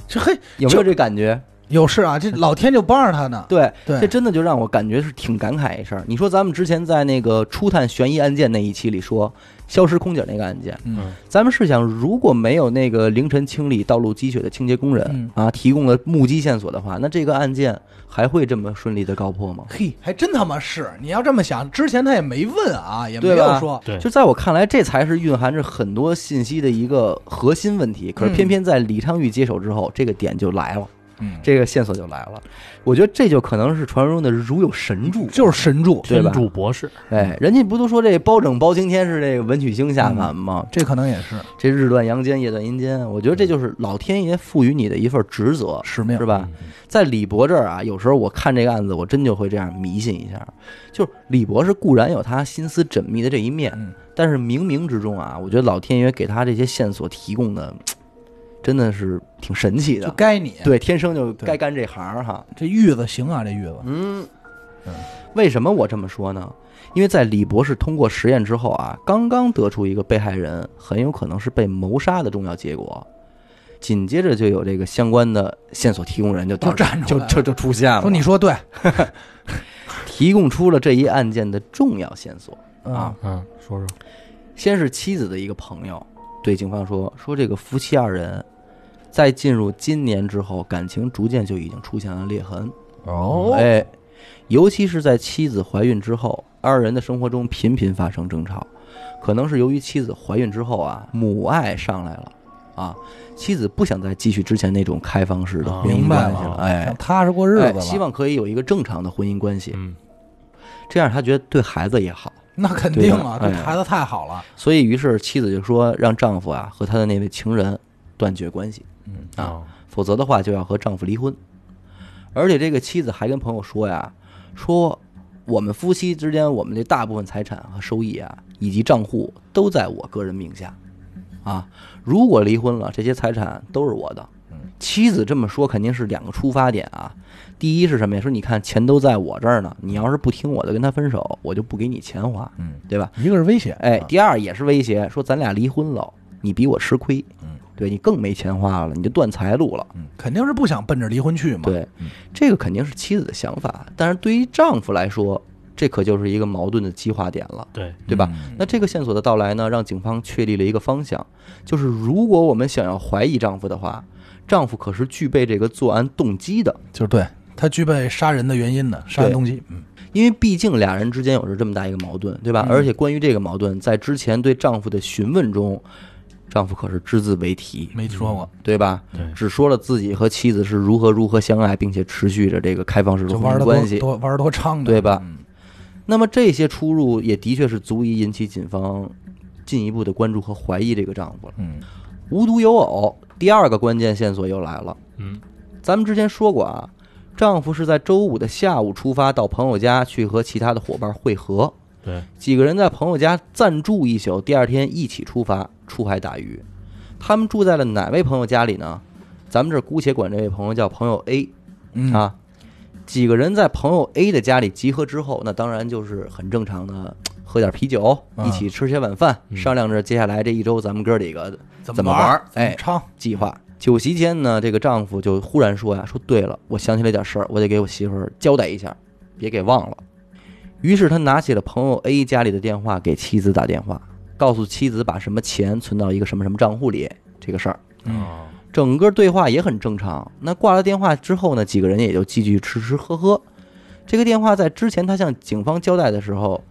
[SPEAKER 2] 这嘿，
[SPEAKER 1] 有没有这感觉？
[SPEAKER 2] 有事啊，这老天就帮着他呢。
[SPEAKER 1] 对，
[SPEAKER 2] 对
[SPEAKER 1] 这真的就让我感觉是挺感慨一事儿。你说咱们之前在那个初探悬疑案件那一期里说消失空姐那个案件，
[SPEAKER 2] 嗯
[SPEAKER 1] 咱们试想，如果没有那个凌晨清理道路积雪的清洁工人、
[SPEAKER 2] 嗯
[SPEAKER 1] 啊提供了目击线索的话，那这个案件还会这么顺利的告破吗？
[SPEAKER 2] 嘿，还真他妈是！你要这么想，之前他也没问啊，也没
[SPEAKER 1] 对吧
[SPEAKER 2] 有说，
[SPEAKER 3] 对，
[SPEAKER 1] 就在我看来，这才是蕴含着很多信息的一个核心问题。可是偏偏在李昌钰接手之后，这个点就来了，
[SPEAKER 2] 嗯，
[SPEAKER 1] 这个线索就来了。我觉得这就可能是传说中的如有神助，
[SPEAKER 2] 就是神助，
[SPEAKER 1] 对吧
[SPEAKER 3] 天助博士，
[SPEAKER 1] 哎，人家不都说这包拯、包青天是这个文曲星下凡吗？
[SPEAKER 2] 这可能也是
[SPEAKER 1] 这日断阳间，夜断阴间，我觉得这就是老天爷赋予你的一份职责，
[SPEAKER 2] 使命
[SPEAKER 1] 是吧？
[SPEAKER 2] 嗯
[SPEAKER 1] 在李博这儿啊，有时候我看这个案子，我真就会这样迷信一下。就是李博是固然有他心思缜密的这一面，
[SPEAKER 2] 嗯
[SPEAKER 1] 但是冥冥之中啊，我觉得老天爷给他这些线索提供的，真的是挺神奇
[SPEAKER 2] 就
[SPEAKER 1] 的。
[SPEAKER 2] 该你。，
[SPEAKER 1] 对，天生就该干这行儿哈。
[SPEAKER 2] 这玉子行啊，这玉子，
[SPEAKER 1] 嗯
[SPEAKER 2] 嗯，
[SPEAKER 1] 为什么我这么说呢？因为在李博士通过实验之后啊，刚刚得出一个被害人很有可能是被谋杀的重要结果，紧接着就有这个相关的线索提供人就到
[SPEAKER 2] 就站出
[SPEAKER 1] 就
[SPEAKER 2] 来了
[SPEAKER 1] 就就出现了，
[SPEAKER 2] 说你说对
[SPEAKER 1] 提供出了这一案件的重要线索。啊，
[SPEAKER 3] 嗯，说说，
[SPEAKER 1] 先是妻子的一个朋友对警方说，说这个夫妻二人在进入今年之后，感情逐渐就已经出现了裂痕，
[SPEAKER 2] 哦
[SPEAKER 1] 哎，尤其是在妻子怀孕之后，二人的生活中频频发生争吵，可能是由于妻子怀孕之后啊，母爱上来了啊，妻子不想再继续之前那种开放式的
[SPEAKER 3] 啊
[SPEAKER 1] 婚姻
[SPEAKER 2] 明白
[SPEAKER 1] 关
[SPEAKER 2] 了
[SPEAKER 1] 系了，哎，
[SPEAKER 2] 踏实过日子
[SPEAKER 1] 哎
[SPEAKER 2] 了，
[SPEAKER 1] 希望可以有一个正常的婚姻关系，
[SPEAKER 3] 嗯
[SPEAKER 1] 这样他觉得对孩子也好。
[SPEAKER 2] 那肯定
[SPEAKER 1] 对吧
[SPEAKER 2] 啊，对
[SPEAKER 1] 哎
[SPEAKER 2] 孩子太好了，
[SPEAKER 1] 所以，于是妻子就说让丈夫啊和他的那位情人断绝关系，
[SPEAKER 2] 嗯
[SPEAKER 1] 啊
[SPEAKER 3] 哦
[SPEAKER 1] 否则的话就要和丈夫离婚。而且这个妻子还跟朋友说呀，说我们夫妻之间，我们这大部分财产和收益啊，以及账户都在我个人名下，啊，如果离婚了，这些财产都是我的
[SPEAKER 2] 嗯。
[SPEAKER 1] 妻子这么说肯定是两个出发点啊，第一是什么呀？说你看钱都在我这儿呢，你要是不听我的跟他分手，我就不给你钱花，
[SPEAKER 2] 嗯，
[SPEAKER 1] 对吧？
[SPEAKER 2] 一个是威胁，
[SPEAKER 1] 哎，
[SPEAKER 2] 啊
[SPEAKER 1] 第二也是威胁，说咱俩离婚了，你比我吃亏，
[SPEAKER 2] 嗯，
[SPEAKER 1] 对你更没钱花了，你就断财路了。
[SPEAKER 2] 嗯肯定是不想奔着离婚去嘛，
[SPEAKER 1] 对，这个肯定是妻子的想法，但是对于丈夫来说，这可就是一个矛盾的激化点了，
[SPEAKER 3] 对，
[SPEAKER 1] 对吧？
[SPEAKER 2] 嗯
[SPEAKER 1] 那这个线索的到来呢，让警方确立了一个方向，就是如果我们想要怀疑丈夫的话，丈夫可是具备这个作案动机的。
[SPEAKER 2] 就是对，他具备杀人的原因的杀人动机，嗯
[SPEAKER 1] 因为毕竟俩人之间有着这么大一个矛盾，对吧？
[SPEAKER 2] 嗯
[SPEAKER 1] 而且关于这个矛盾，在之前对丈夫的询问中，丈夫可是只字未提，
[SPEAKER 2] 没说过，
[SPEAKER 1] 对吧？
[SPEAKER 3] 对
[SPEAKER 1] 只说了自己和妻子是如何如何相爱，并且持续着这个开放式的
[SPEAKER 2] 就
[SPEAKER 1] 婚
[SPEAKER 2] 玩
[SPEAKER 1] 姻
[SPEAKER 2] 的
[SPEAKER 1] 关
[SPEAKER 2] 多
[SPEAKER 1] 系。
[SPEAKER 2] 多玩的多猖的，
[SPEAKER 1] 对吧
[SPEAKER 2] 嗯？
[SPEAKER 1] 那么这些出入也的确是足以引起警方进一步的关注和怀疑这个丈夫了。
[SPEAKER 2] 嗯，
[SPEAKER 1] 无独有偶，第二个关键线索又来了。
[SPEAKER 3] 嗯
[SPEAKER 1] 咱们之前说过啊，丈夫是在周五的下午出发到朋友家去和其他的伙伴会合，
[SPEAKER 3] 对，
[SPEAKER 1] 几个人在朋友家暂住一宿，第二天一起出发出海打鱼。他们住在了哪位朋友家里呢？咱们这儿姑且管这位朋友叫朋友 A
[SPEAKER 2] 嗯，
[SPEAKER 1] 啊。几个人在朋友 A 的家里集合之后，那当然就是很正常的，喝点啤酒，
[SPEAKER 2] 啊
[SPEAKER 1] 一起吃些晚饭，
[SPEAKER 3] 嗯
[SPEAKER 1] 商量着接下来这一周咱们哥几个
[SPEAKER 2] 怎
[SPEAKER 1] 怎么
[SPEAKER 2] 玩
[SPEAKER 1] 玩
[SPEAKER 2] 儿
[SPEAKER 1] 儿？哎
[SPEAKER 2] 怎么猖，
[SPEAKER 1] 计划。酒席间呢，这个丈夫就忽然说呀：“说对了，我想起来点事儿，我得给我媳妇儿交代一下，别给忘了。”于是他拿起了朋友 A 家里的电话给妻子打电话，告诉妻子把什么钱存到一个什么什么账户里这个事儿。
[SPEAKER 2] 嗯
[SPEAKER 3] 哦
[SPEAKER 1] 整个对话也很正常。那挂了电话之后呢，几个人也就继续吃吃喝喝。这个电话在之前他向警方交代的时候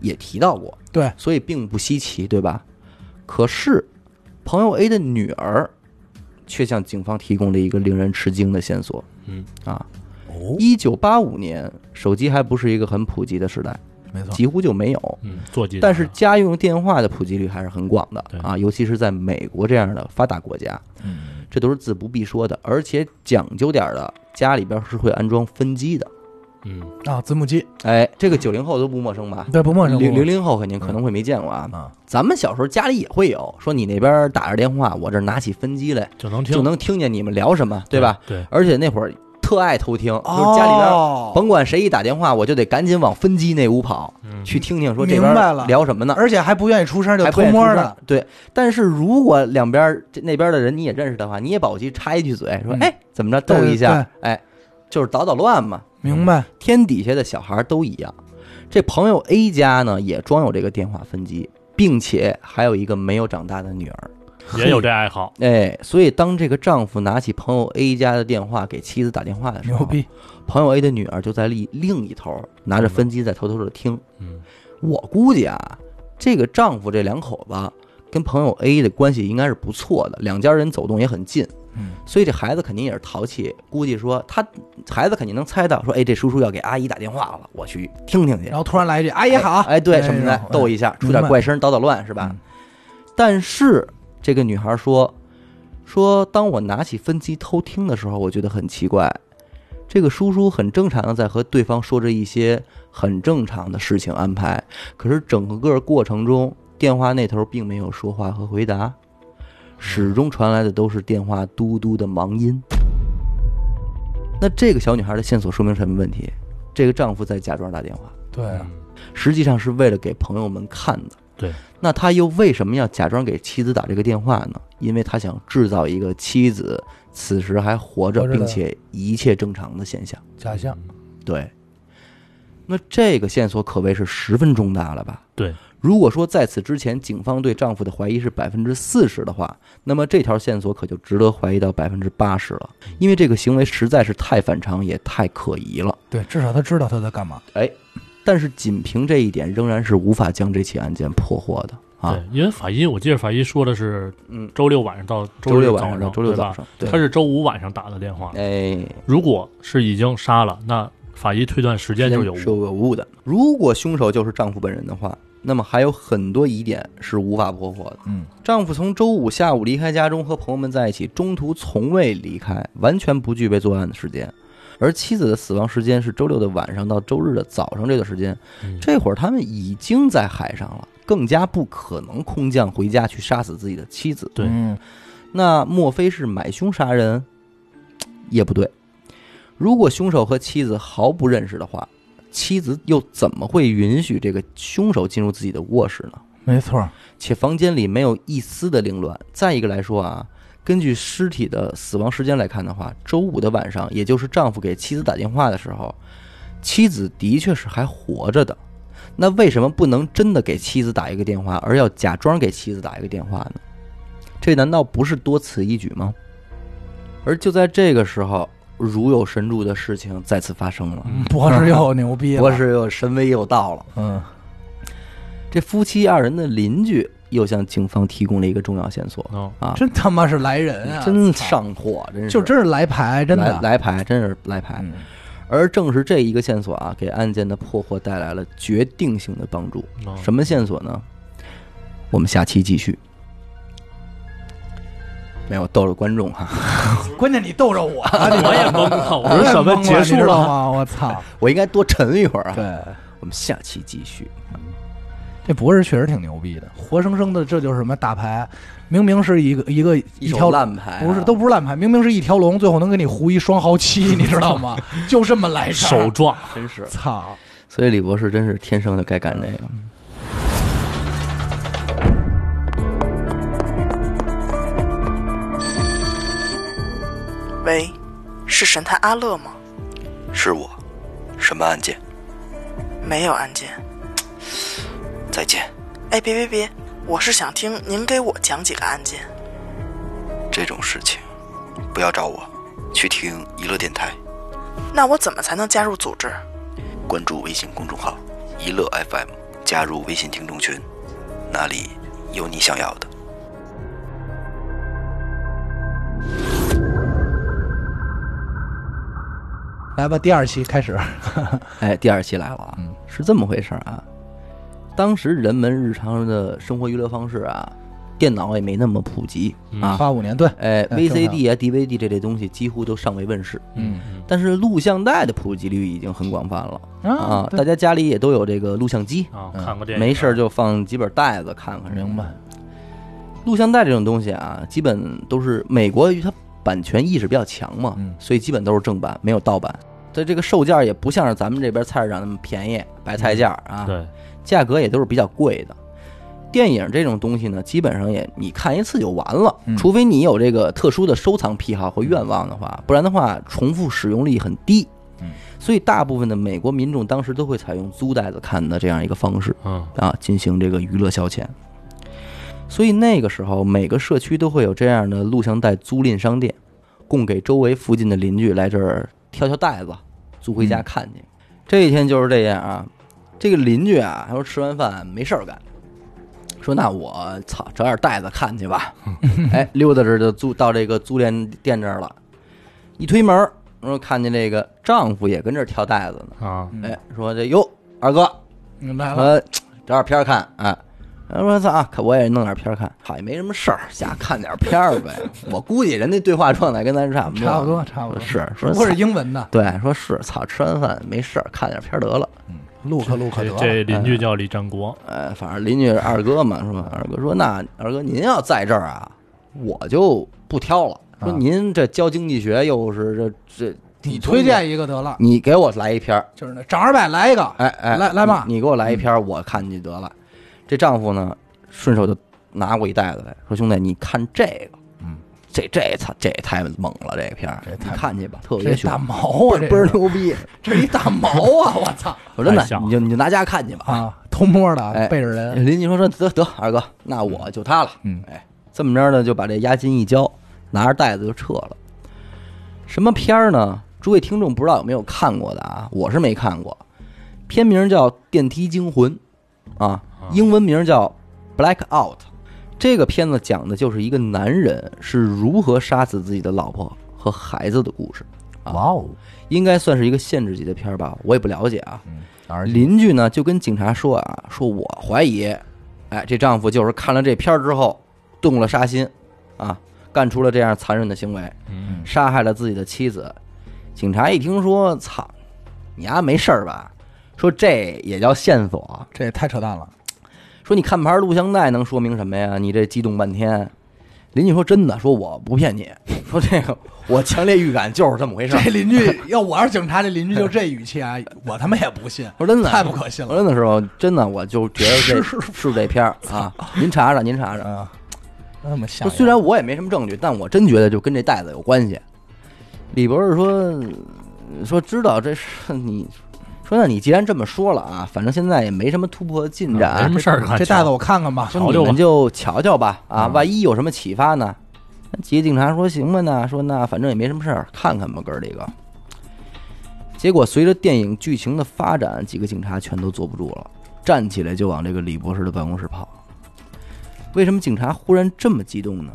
[SPEAKER 1] 也提到过，
[SPEAKER 2] 对，
[SPEAKER 1] 所以并不稀奇，对吧？可是，朋友 A 的女儿却向警方提供了一个令人吃惊的线索
[SPEAKER 3] 嗯
[SPEAKER 1] 啊！
[SPEAKER 2] 哦，
[SPEAKER 1] 一九八五年，手机还不是一个很普及的时代，
[SPEAKER 2] 没错，
[SPEAKER 1] 几乎就没有。
[SPEAKER 3] 嗯，坐骑，
[SPEAKER 1] 但是家用电话的普及率还是很广的
[SPEAKER 3] 对
[SPEAKER 1] 啊，尤其是在美国这样的发达国家，
[SPEAKER 2] 嗯，
[SPEAKER 1] 这都是自不必说的。而且讲究点儿的，家里边是会安装分机的。
[SPEAKER 3] 嗯
[SPEAKER 2] 啊，字幕机，
[SPEAKER 1] 哎，这个九零后都不陌生吧？
[SPEAKER 2] 对，不陌生，
[SPEAKER 1] 零
[SPEAKER 2] 不陌
[SPEAKER 1] 零
[SPEAKER 2] 生
[SPEAKER 1] 零后肯定可能会没见过啊。
[SPEAKER 2] 啊，
[SPEAKER 1] 咱们小时候家里也会有，说你那边打着电话，我这儿拿起分机来，
[SPEAKER 3] 就能听
[SPEAKER 1] 就能听见你们聊什么，对吧？？
[SPEAKER 3] 对，
[SPEAKER 1] 而且那会儿特爱偷听，就是家里边
[SPEAKER 2] 哦
[SPEAKER 1] 甭管谁一打电话，我就得赶紧往分机那屋跑，
[SPEAKER 3] 嗯
[SPEAKER 1] 去听听说这
[SPEAKER 2] 明
[SPEAKER 1] 边
[SPEAKER 2] 白了
[SPEAKER 1] 聊什么呢。
[SPEAKER 2] 而且还不愿意出声，就
[SPEAKER 1] 还不
[SPEAKER 2] 偷
[SPEAKER 1] 愿意
[SPEAKER 2] 摸
[SPEAKER 1] 出声
[SPEAKER 2] 的，
[SPEAKER 1] 对。但是如果两边儿这那边的人你也认识的话，你也保不齐插一句嘴，说
[SPEAKER 2] 嗯
[SPEAKER 1] 哎怎么着逗
[SPEAKER 2] 对
[SPEAKER 1] 一下，哎，就是捣捣乱嘛。
[SPEAKER 2] 明白？
[SPEAKER 1] 天底下的小孩都一样。这朋友 A 家呢也装有这个电话分机，并且还有一个没有长大的女儿。
[SPEAKER 3] 也有这爱好，
[SPEAKER 1] 哎，所以当这个丈夫拿起朋友 A 家的电话给妻子打电话的时
[SPEAKER 2] 牛
[SPEAKER 1] 候，
[SPEAKER 2] 逼，
[SPEAKER 1] 朋友 A 的女儿就在另另一头拿着分机在偷偷的听。
[SPEAKER 3] 嗯
[SPEAKER 1] 我估计啊，这个丈夫这两口子跟朋友 A 的关系应该是不错的，两家人走动也很近，
[SPEAKER 2] 嗯，
[SPEAKER 1] 所以这孩子肯定也是淘气。估计说他孩子肯定能猜到，说哎，这叔叔要给阿姨打电话了，我去听听去
[SPEAKER 2] 然。后突然来一句“阿姨哦好”，
[SPEAKER 1] 哎，对什么的
[SPEAKER 2] 然后，嗯
[SPEAKER 1] 逗一下，出
[SPEAKER 2] 明
[SPEAKER 1] 点
[SPEAKER 2] 白
[SPEAKER 1] 怪声，捣捣乱，是吧？但是这个女孩说，说当我拿起分机偷听的时候，我觉得很奇怪。这个叔叔很正常的在和对方说着一些很正常的事情安排，可是整个过程中，电话那头并没有说话和回答，始终传来的都是电话嘟嘟的忙音。那这个小女孩的线索说明什么问题？这个丈夫在假装打电话。
[SPEAKER 2] 对啊，
[SPEAKER 3] 嗯
[SPEAKER 1] 实际上是为了给朋友们看的。
[SPEAKER 3] 对，
[SPEAKER 1] 那他又为什么要假装给妻子打这个电话呢？因为他想制造一个妻子此时还活着，
[SPEAKER 2] 活着的
[SPEAKER 1] 并且一切正常的现象。
[SPEAKER 2] 假象，
[SPEAKER 3] 嗯
[SPEAKER 1] 对，那这个线索可谓是十分重大了吧？
[SPEAKER 3] 对，
[SPEAKER 1] 如果说在此之前警方对丈夫的怀疑是百分之四十的话，那么这条线索可就值得怀疑到百分之八十了，因为这个行为实在是太反常，也太可疑了。
[SPEAKER 2] 对，至少他知道他在干嘛，
[SPEAKER 1] 但是仅凭这一点，仍然是无法将这起案件破获的啊。
[SPEAKER 3] 对，因为法医，我记得法医说的是
[SPEAKER 1] 嗯，
[SPEAKER 3] 周六晚上到
[SPEAKER 1] 周
[SPEAKER 3] 日
[SPEAKER 1] 六
[SPEAKER 3] 早
[SPEAKER 1] 晚上到
[SPEAKER 3] 上，
[SPEAKER 1] 周六
[SPEAKER 3] 对吧
[SPEAKER 1] 早上，对
[SPEAKER 3] 他，是周五晚上打的电话。
[SPEAKER 1] 哎，
[SPEAKER 3] 如果是已经杀了，那法医推断时间就是有
[SPEAKER 1] 是
[SPEAKER 3] 误。
[SPEAKER 1] 有误的。如果凶手就是丈夫本人的话，那么还有很多疑点是无法破获的。
[SPEAKER 2] 嗯，
[SPEAKER 1] 丈夫从周五下午离开家中和朋友们在一起，中途从未离开，完全不具备作案的时间。而妻子的死亡时间是周六的晚上到周日的早上这段时间，
[SPEAKER 3] 嗯
[SPEAKER 1] 这会儿他们已经在海上了，更加不可能空降回家去杀死自己的妻子。
[SPEAKER 3] 对
[SPEAKER 2] 嗯
[SPEAKER 1] 那莫非是买凶杀人？也不对。如果凶手和妻子毫不认识的话，妻子又怎么会允许这个凶手进入自己的卧室呢？
[SPEAKER 2] 没错儿，
[SPEAKER 1] 且房间里没有一丝的凌乱。再一个来说啊，根据尸体的死亡时间来看的话，周五的晚上，也就是丈夫给妻子打电话的时候，妻子的确是还活着的。那为什么不能真的给妻子打一个电话，而要假装给妻子打一个电话呢？这难道不是多此一举吗？而就在这个时候，如有神助的事情再次发生了，
[SPEAKER 3] 嗯
[SPEAKER 2] 博士又牛逼了，
[SPEAKER 1] 博士又神威又到了。
[SPEAKER 2] 嗯
[SPEAKER 1] 这夫妻二人的邻居又向警方提供了一个重要线索
[SPEAKER 3] 哦，
[SPEAKER 1] 啊，
[SPEAKER 2] 真他妈是来人啊！
[SPEAKER 1] 真
[SPEAKER 2] 操，
[SPEAKER 1] 哎上货，真是
[SPEAKER 2] 就真是来牌，真
[SPEAKER 1] 来
[SPEAKER 2] 的
[SPEAKER 1] 来牌，真是来牌。
[SPEAKER 2] 嗯
[SPEAKER 1] 而正是这一个线索啊，给案件的破获带来了决定性的帮助。
[SPEAKER 3] 哦
[SPEAKER 1] 什么线索呢？我们下期继续。没有逗了观众哈，
[SPEAKER 2] 关键你逗着我，哎
[SPEAKER 3] 我也懵了，我说
[SPEAKER 2] 我也
[SPEAKER 3] 什么
[SPEAKER 2] 懵了
[SPEAKER 3] 结
[SPEAKER 2] 你
[SPEAKER 3] 束
[SPEAKER 2] 知道
[SPEAKER 3] 了？
[SPEAKER 2] 吗？我操！
[SPEAKER 1] 我应该多沉一会儿啊。
[SPEAKER 2] 对，
[SPEAKER 1] 我们下期继续。
[SPEAKER 2] 这博士确实挺牛逼的，活生生的，这就是什么打牌，明明是一个一个
[SPEAKER 1] 手
[SPEAKER 2] 条
[SPEAKER 1] 烂牌啊、
[SPEAKER 2] 不是都不是烂牌，明明是一条龙，最后能给你胡一双豪七，你知道吗？就这么来事儿
[SPEAKER 3] 手撞，
[SPEAKER 1] 真是。
[SPEAKER 2] 操！
[SPEAKER 1] 所以李博士真是天生就该干这个。
[SPEAKER 4] 喂，是神探阿乐吗？
[SPEAKER 5] 是我，什么案件？
[SPEAKER 4] 没有案件。
[SPEAKER 5] 再见，
[SPEAKER 4] 哎，别别别，我是想听您给我讲几个案件。
[SPEAKER 5] 这种事情不要找我，去听娱乐电台，
[SPEAKER 4] 那我怎么才能加入组织？
[SPEAKER 5] 关注微信公众号“娱乐 FM”，加入微信听众群，那里有你想要的。
[SPEAKER 2] 来吧，第二期开始。
[SPEAKER 1] 哎，第二期来了啊，是这么回事儿啊。当时人们日常的生活娱乐方式啊，电脑也没那么普及啊，
[SPEAKER 2] 八五年对，
[SPEAKER 1] 哎
[SPEAKER 2] 嗯正常
[SPEAKER 1] ，VCD 啊、DVD 这类东西几乎都尚未问世。
[SPEAKER 2] 嗯
[SPEAKER 1] 但是录像带的普及率已经很广泛了啊，
[SPEAKER 2] 嗯对
[SPEAKER 1] 大家家里也都有这个录像机，
[SPEAKER 3] 啊，看过电影，
[SPEAKER 1] 没事儿就放几本带子看看。
[SPEAKER 2] 明白。
[SPEAKER 1] 录像带这种东西啊，基本都是美国它版权意识比较强嘛，
[SPEAKER 2] 嗯
[SPEAKER 1] 所以基本都是正版，没有盗版。它这个售价也不像是咱们这边菜市场那么便宜，白
[SPEAKER 2] 嗯
[SPEAKER 1] 菜价啊，
[SPEAKER 3] 对，
[SPEAKER 1] 价格也都是比较贵的。电影这种东西呢，基本上也你看一次就完了，
[SPEAKER 2] 嗯
[SPEAKER 1] 除非你有这个特殊的收藏癖好或愿望的话，不然的话重复使用率很低。
[SPEAKER 2] 嗯，
[SPEAKER 1] 所以大部分的美国民众当时都会采用租带子看的这样一个方式。
[SPEAKER 3] 嗯
[SPEAKER 1] 啊，进行这个娱乐消遣。所以那个时候，每个社区都会有这样的录像带租赁商店，供给周围附近的邻居来这儿挑挑带子，租回家看去。这一天就是这样啊，这个邻居啊，他说吃完饭没事儿干，说那我操找点带子看去吧。哎，溜达着就租到这个租赁店这儿了，一推门儿，然后看见这个丈夫也跟这儿挑带子呢。
[SPEAKER 3] 啊，
[SPEAKER 1] 哎，说这哟二哥，
[SPEAKER 2] 嗯来了，
[SPEAKER 1] 呃，找点片儿看，哎，我说操啊，看我也弄点片儿看，好也没什么事儿，瞎看点片儿 呗。我估计人那对话状态跟咱差不多，
[SPEAKER 2] 差不多差不多
[SPEAKER 1] 是说
[SPEAKER 2] 不是
[SPEAKER 1] 操
[SPEAKER 2] 英文的，
[SPEAKER 1] 对，说是操，吃完饭没事儿看点片儿得了。
[SPEAKER 2] 陆克陆克
[SPEAKER 3] 这
[SPEAKER 2] 德，
[SPEAKER 3] 这邻居叫李占国，
[SPEAKER 1] 呃，反正邻居二哥嘛，是吧？二哥说那二哥您要在这儿啊，我就不挑了。说
[SPEAKER 2] 啊
[SPEAKER 1] 您这教经济学又是这这，
[SPEAKER 2] 你推，荐一个得了，
[SPEAKER 1] 你给我来一篇儿，
[SPEAKER 2] 就是那涨二百来一个，
[SPEAKER 1] 哎哎，
[SPEAKER 2] 来来吧
[SPEAKER 1] 你你给我来一篇儿，我看你得了。这丈夫呢，顺手就拿过一袋子来说：“兄弟，你看这个，
[SPEAKER 2] 嗯，
[SPEAKER 1] 这这操，这也太猛了，这个片儿，
[SPEAKER 2] 这
[SPEAKER 1] 你
[SPEAKER 2] 太
[SPEAKER 1] 看去吧，特别
[SPEAKER 2] 这
[SPEAKER 1] 凶
[SPEAKER 2] 大，毛啊，
[SPEAKER 1] 倍儿
[SPEAKER 2] 这是
[SPEAKER 1] 牛逼。
[SPEAKER 2] 这是一大毛啊，我操
[SPEAKER 1] 我真的
[SPEAKER 3] 太，像了
[SPEAKER 1] 你就你就拿家看去吧。
[SPEAKER 2] 啊，偷摸的
[SPEAKER 1] 哎
[SPEAKER 2] 啊背着人，
[SPEAKER 1] 邻居说说得得，二哥，那我就他了。
[SPEAKER 2] 嗯
[SPEAKER 1] 哎，这么着呢，就把这押金一交，拿着袋子就撤了。什么片儿呢？诸位听众不知道有没有看过的啊？我是没看过，片名叫《电梯惊魂》，啊，英文名叫《Blackout》。这个片子讲的就是一个男人是如何杀死自己的老婆和孩子的故事，啊
[SPEAKER 2] 哦，
[SPEAKER 1] 应该算是一个限制级的片儿吧，我也不了解啊。
[SPEAKER 2] 而
[SPEAKER 1] 邻居呢就跟警察说啊，说我怀疑，哎，这丈夫就是看了这片儿之后动了杀心，啊，干出了这样残忍的行为，
[SPEAKER 3] 嗯
[SPEAKER 1] 杀害了自己的妻子。警察一听说，操，你丫没事儿吧？说这也叫线索？
[SPEAKER 2] 这也太扯淡了，
[SPEAKER 1] 说你看盘录像带能说明什么呀？你这激动半天。邻居说真的，说我不骗你，说这个我强烈预感就是这么回事儿。
[SPEAKER 2] 这邻居要我是警察，这邻居就这语 气啊，我他妈也不信，
[SPEAKER 1] 我说真的啊
[SPEAKER 2] 太不可信
[SPEAKER 1] 我
[SPEAKER 2] 了
[SPEAKER 1] 真的是我真的我就觉得这
[SPEAKER 2] 是
[SPEAKER 1] 是这片儿啊，您查查，您查查。
[SPEAKER 2] 啊！那么吓
[SPEAKER 1] 就
[SPEAKER 2] 人，
[SPEAKER 1] 虽然我也没什么证据，但我真觉得就跟这袋子有关系。李博士说说知道这是你说，那你既然这么说了啊，反正现在也没什么突破进展，
[SPEAKER 3] 啊没什么事儿干，
[SPEAKER 2] 这袋子我看看吧，啊
[SPEAKER 1] 说
[SPEAKER 3] 瞧
[SPEAKER 1] 你
[SPEAKER 3] 瞧吧
[SPEAKER 1] 们就瞧瞧吧啊，万一有什么启发呢？那几个警察说行吧那说那反正也没什么事儿，看看吧哥儿几个。结果随着电影剧情的发展，几个警察全都坐不住了，站起来就往这个李博士的办公室跑。为什么警察忽然这么激动呢？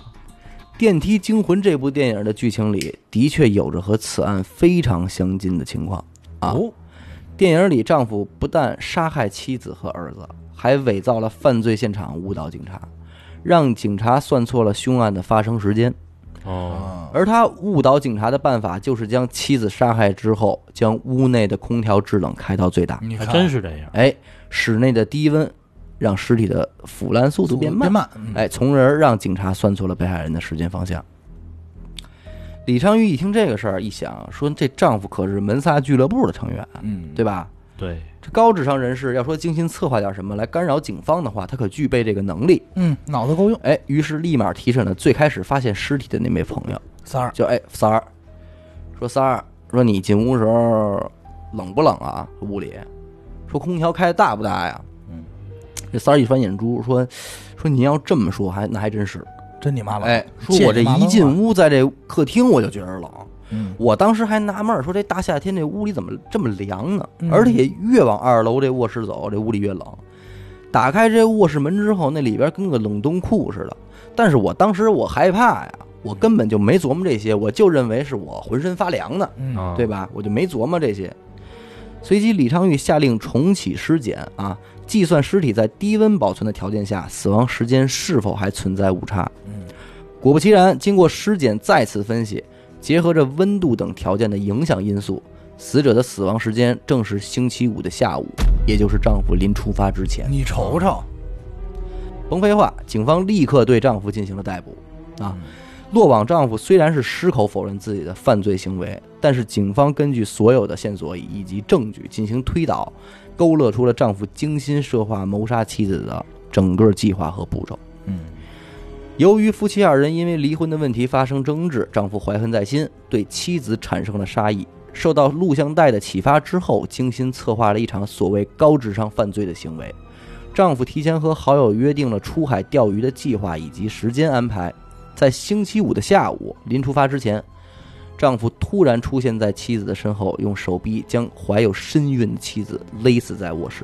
[SPEAKER 1] 《电梯惊魂》这部电影的剧情里的确有着和此案非常相近的情况啊。
[SPEAKER 2] 哦，
[SPEAKER 1] 电影里丈夫不但杀害妻子和儿子，还伪造了犯罪现场误导警察，让警察算错了凶案的发生时间。
[SPEAKER 3] 哦，
[SPEAKER 1] 而他误导警察的办法就是将妻子杀害之后，将屋内的空调制冷开到最大，
[SPEAKER 2] 你
[SPEAKER 3] 还
[SPEAKER 2] 看
[SPEAKER 3] 真是这样。
[SPEAKER 1] 哎，室内的低温让尸体的腐烂速
[SPEAKER 2] 速
[SPEAKER 1] 度
[SPEAKER 2] 度
[SPEAKER 1] 变慢
[SPEAKER 2] 慢，，嗯
[SPEAKER 1] 哎，从而让警察算错了被害人的时间方向。李昌钰一听这个事儿，一想说这丈夫可是门萨俱乐部的成员，
[SPEAKER 2] 嗯，
[SPEAKER 1] 对吧？
[SPEAKER 3] 对，
[SPEAKER 1] 这高智商人士要说精心策划点什么来干扰警方的话，他可具备这个能力。
[SPEAKER 2] 嗯，脑子够用，
[SPEAKER 1] 哎，于是立马提审了最开始发现尸体的那位朋友，
[SPEAKER 2] 三儿，
[SPEAKER 1] 就哎三儿，说三儿，说你进屋时候冷不冷啊？屋里，说空调开大不大呀？
[SPEAKER 2] 嗯，
[SPEAKER 1] 这三儿一翻眼珠，说说您要这么说，还那还真是。
[SPEAKER 2] 真你妈了，
[SPEAKER 1] 哎，说
[SPEAKER 2] 借
[SPEAKER 1] 我这
[SPEAKER 2] 你妈
[SPEAKER 1] 一
[SPEAKER 2] 冷
[SPEAKER 1] 进
[SPEAKER 2] 啊，
[SPEAKER 1] 屋，在这客厅我就觉着冷，
[SPEAKER 2] 嗯
[SPEAKER 1] 我当时还纳闷儿，说这大夏天这屋里怎么这么凉呢？
[SPEAKER 2] 嗯
[SPEAKER 1] 而且越往二楼这卧室走，这屋里越冷。打开这卧室门之后，那里边跟个冷冻库似的。但是我当时我害怕呀，我根本就没琢磨这些，我就认为是我浑身发凉呢，
[SPEAKER 2] 嗯，
[SPEAKER 3] 啊，
[SPEAKER 1] 对吧？我就没琢磨这些。随即，李昌钰下令重启尸检啊，计算尸体在低温保存的条件下，死亡时间是否还存在误差。
[SPEAKER 2] 嗯
[SPEAKER 1] 果不其然，经过尸检再次分析，结合着温度等条件的影响因素，死者的死亡时间正是星期五的下午，也就是丈夫临出发之前。
[SPEAKER 2] 嗯你瞅瞅，
[SPEAKER 1] 甭废话，警方立刻对丈夫进行了逮捕。啊
[SPEAKER 2] 嗯，
[SPEAKER 1] 落网丈夫虽然是矢口否认自己的犯罪行为，但是警方根据所有的线索以及证据进行推导，勾勒出了丈夫精心策划谋杀妻子的整个计划和步骤。
[SPEAKER 2] 嗯
[SPEAKER 1] 由于夫妻二人因为离婚的问题发生争执，丈夫怀恨在心，对妻子产生了杀意。受到录像带的启发之后，精心策划了一场所谓高智商犯罪的行为。丈夫提前和好友约定了出海钓鱼的计划以及时间安排，在星期五的下午，临出发之前，丈夫突然出现在妻子的身后，用手臂将怀有身孕的妻子勒死在卧室，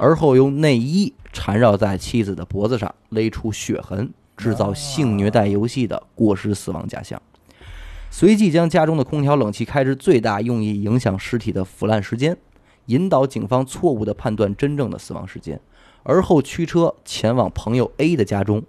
[SPEAKER 1] 而后用内衣缠绕在妻子的脖子上，勒出血痕，制造性虐待游戏的过失死亡假象。随即将家中的空调冷气开至最大，用以影响尸体的腐烂时间，引导警方错误地判断真正的死亡时间。而后驱车前往朋友 A 的家中，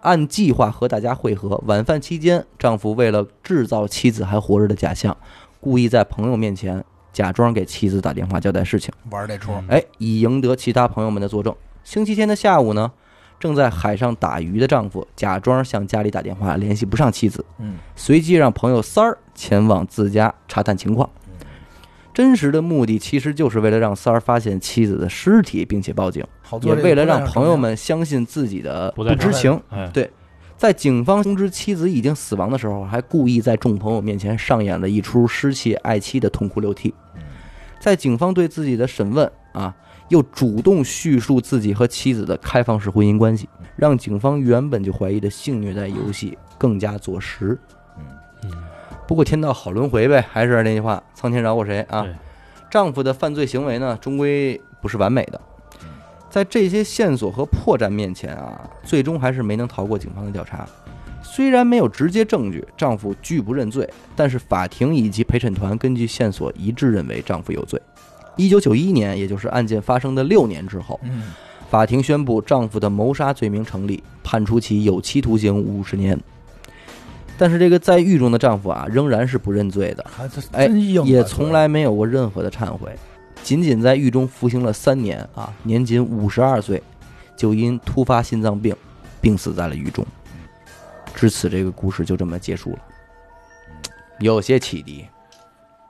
[SPEAKER 1] 按计划和大家会合。晚饭期间，丈夫为了制造妻子还活着的假象，故意在朋友面前假装给妻子打电话交代事情，
[SPEAKER 2] 玩这出，
[SPEAKER 1] 哎，以赢得其他朋友们的作证。星期天的下午呢，正在海上打鱼的丈夫假装向家里打电话，联系不上妻子，
[SPEAKER 2] 嗯，
[SPEAKER 1] 随即让朋友三儿前往自家查探情况。
[SPEAKER 2] 嗯
[SPEAKER 1] 真实的目的其实就是为了让三儿发现妻子的尸体，并且报警。
[SPEAKER 2] 好
[SPEAKER 1] 也
[SPEAKER 2] 做这个
[SPEAKER 1] 为了
[SPEAKER 2] 不
[SPEAKER 1] 让
[SPEAKER 2] 太
[SPEAKER 1] 朋友们相信自己的
[SPEAKER 3] 不
[SPEAKER 1] 不
[SPEAKER 3] 在
[SPEAKER 1] 知
[SPEAKER 3] 场
[SPEAKER 1] 情，
[SPEAKER 3] 哎，
[SPEAKER 1] 在警方通知妻子已经死亡的时候，还故意在众朋友面前上演了一出失去爱妻的痛哭流涕。在警方对自己的审问啊，又主动叙述自己和妻子的开放式婚姻关系，让警方原本就怀疑的性虐待游戏更加坐实。
[SPEAKER 3] 嗯，
[SPEAKER 1] 不过天道好轮回呗，还是那句话，苍天饶过谁啊
[SPEAKER 3] 对？
[SPEAKER 1] 丈夫的犯罪行为呢，终归不是完美的。在这些线索和破绽面前啊，最终还是没能逃过警方的调查。虽然没有直接证据，丈夫拒不认罪，但是法庭以及陪审团根据线索一致认为丈夫有罪。一九九一年，也就是案件发生的六年之后，
[SPEAKER 2] 嗯
[SPEAKER 1] 法庭宣布丈夫的谋杀罪名成立，判处其有期徒刑五十年。但是这个在狱中的丈夫啊，仍然是不认罪的，
[SPEAKER 2] 还这
[SPEAKER 1] 哎
[SPEAKER 2] 真硬啊，
[SPEAKER 1] 也从来没有过任何的忏悔，仅仅在狱中服刑了三年啊，年仅五十二岁，就因突发心脏病病死在了狱中。至此，这个故事就这么结束了。有些启迪，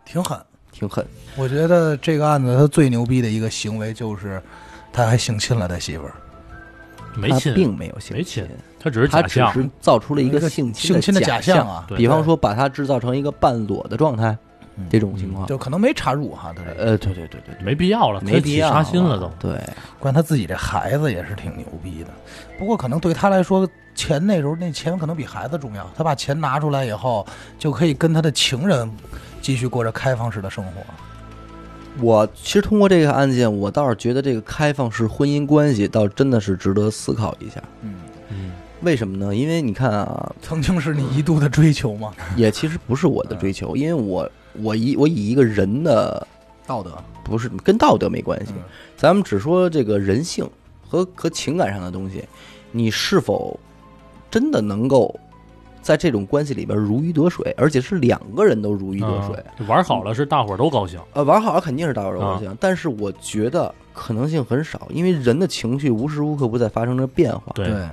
[SPEAKER 2] 挺狠。
[SPEAKER 1] 挺狠。
[SPEAKER 2] 我觉得这个案子他最牛逼的一个行为就是，他还性侵了他媳妇儿，
[SPEAKER 3] 没
[SPEAKER 1] 他
[SPEAKER 3] 亲，
[SPEAKER 1] 并没有性
[SPEAKER 3] 没
[SPEAKER 1] 侵
[SPEAKER 3] 亲，他只是
[SPEAKER 1] 他
[SPEAKER 3] 假
[SPEAKER 1] 只
[SPEAKER 3] 象，
[SPEAKER 1] 是造出了一个
[SPEAKER 2] 性
[SPEAKER 1] 性
[SPEAKER 2] 侵
[SPEAKER 1] 的
[SPEAKER 2] 的假
[SPEAKER 1] 象
[SPEAKER 2] 象。啊，
[SPEAKER 3] 对嗯
[SPEAKER 1] 比方说，把他制造成一个半裸的状态，这种情况。
[SPEAKER 2] 就可能没插入哈，他这
[SPEAKER 1] 呃，对对对对，
[SPEAKER 3] 没必要了，
[SPEAKER 1] 没必要
[SPEAKER 3] 杀心了都。
[SPEAKER 1] 对，
[SPEAKER 2] 关他自己这孩子也是挺牛逼的，不过可能对他来说，钱那时候那钱可能比孩子重要。他把钱拿出来以后，就可以跟他的情人继续过着开放式的生活。
[SPEAKER 1] 我其实通过这个案件，我倒是觉得这个开放式婚姻关系倒真的是值得思考一下。
[SPEAKER 2] 嗯，
[SPEAKER 3] 嗯，
[SPEAKER 1] 为什么呢？因为你看啊，
[SPEAKER 2] 曾经是你一度的追求吗？
[SPEAKER 1] 也其实不是我的追求，因为啊我我以我以一个人的
[SPEAKER 2] 道德，
[SPEAKER 1] 不是跟道德没关系
[SPEAKER 2] 嗯，
[SPEAKER 1] 咱们只说这个人性和和情感上的东西，你是否真的能够在这种关系里边如鱼得水，而且是两个人都如鱼得水？
[SPEAKER 3] 嗯玩好了是大伙儿都高兴。
[SPEAKER 1] 呃，玩好了肯定是大伙儿高兴，但是我觉得可能性很少，因为人的情绪无时无刻不在发生着变化。
[SPEAKER 3] 对，
[SPEAKER 2] 对，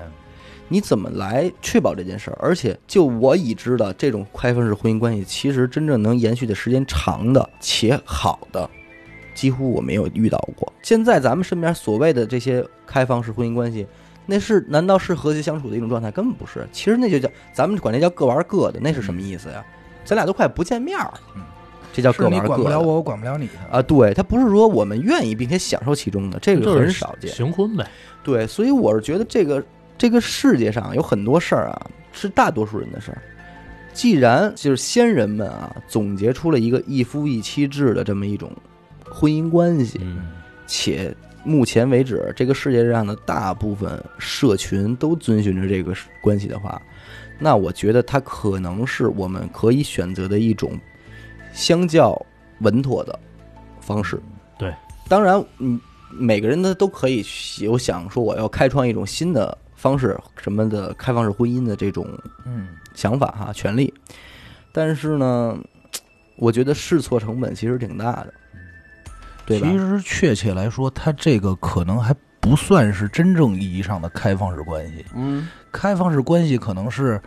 [SPEAKER 1] 你怎么来确保这件事儿？而且就我已知的这种开放式婚姻关系，其实真正能延续的时间长的且好的，几乎我没有遇到过。现在咱们身边所谓的这些开放式婚姻关系，那是难道是和谐相处的一种状态？根本不是。其实那就叫咱们管那叫各玩各的，那是什么意思呀？咱俩都快不见面儿
[SPEAKER 2] 嗯，
[SPEAKER 1] 这叫
[SPEAKER 2] 是
[SPEAKER 1] 各
[SPEAKER 2] 你
[SPEAKER 1] 玩
[SPEAKER 2] 管不
[SPEAKER 1] 各
[SPEAKER 2] 了
[SPEAKER 1] 的。
[SPEAKER 2] 我，我管不了你。
[SPEAKER 1] 啊，对，他不是说我们愿意并且享受其中的，这
[SPEAKER 3] 就
[SPEAKER 1] 个
[SPEAKER 3] 是
[SPEAKER 1] 很少见。
[SPEAKER 3] 行婚呗，
[SPEAKER 1] 对，所以我是觉得这个这个世界上有很多事儿啊，是大多数人的事儿。既然就是先人们啊总结出了一个一夫一妻制的这么一种婚姻关系，
[SPEAKER 3] 嗯，
[SPEAKER 1] 且目前为止这个世界上的大部分社群都遵循着这个关系的话，那我觉得它可能是我们可以选择的一种相较稳妥的方式。
[SPEAKER 3] 对，
[SPEAKER 1] 当然，嗯，每个人呢都可以有想说我要开创一种新的方式什么的开放式婚姻的这种
[SPEAKER 2] 嗯，
[SPEAKER 1] 想法哈，权利。但是呢，我觉得试错成本其实挺大的，对吧？
[SPEAKER 2] 其实确切来说，他这个可能还不算是真正意义上的开放式关系。
[SPEAKER 1] 嗯，
[SPEAKER 2] 开放式关系可能是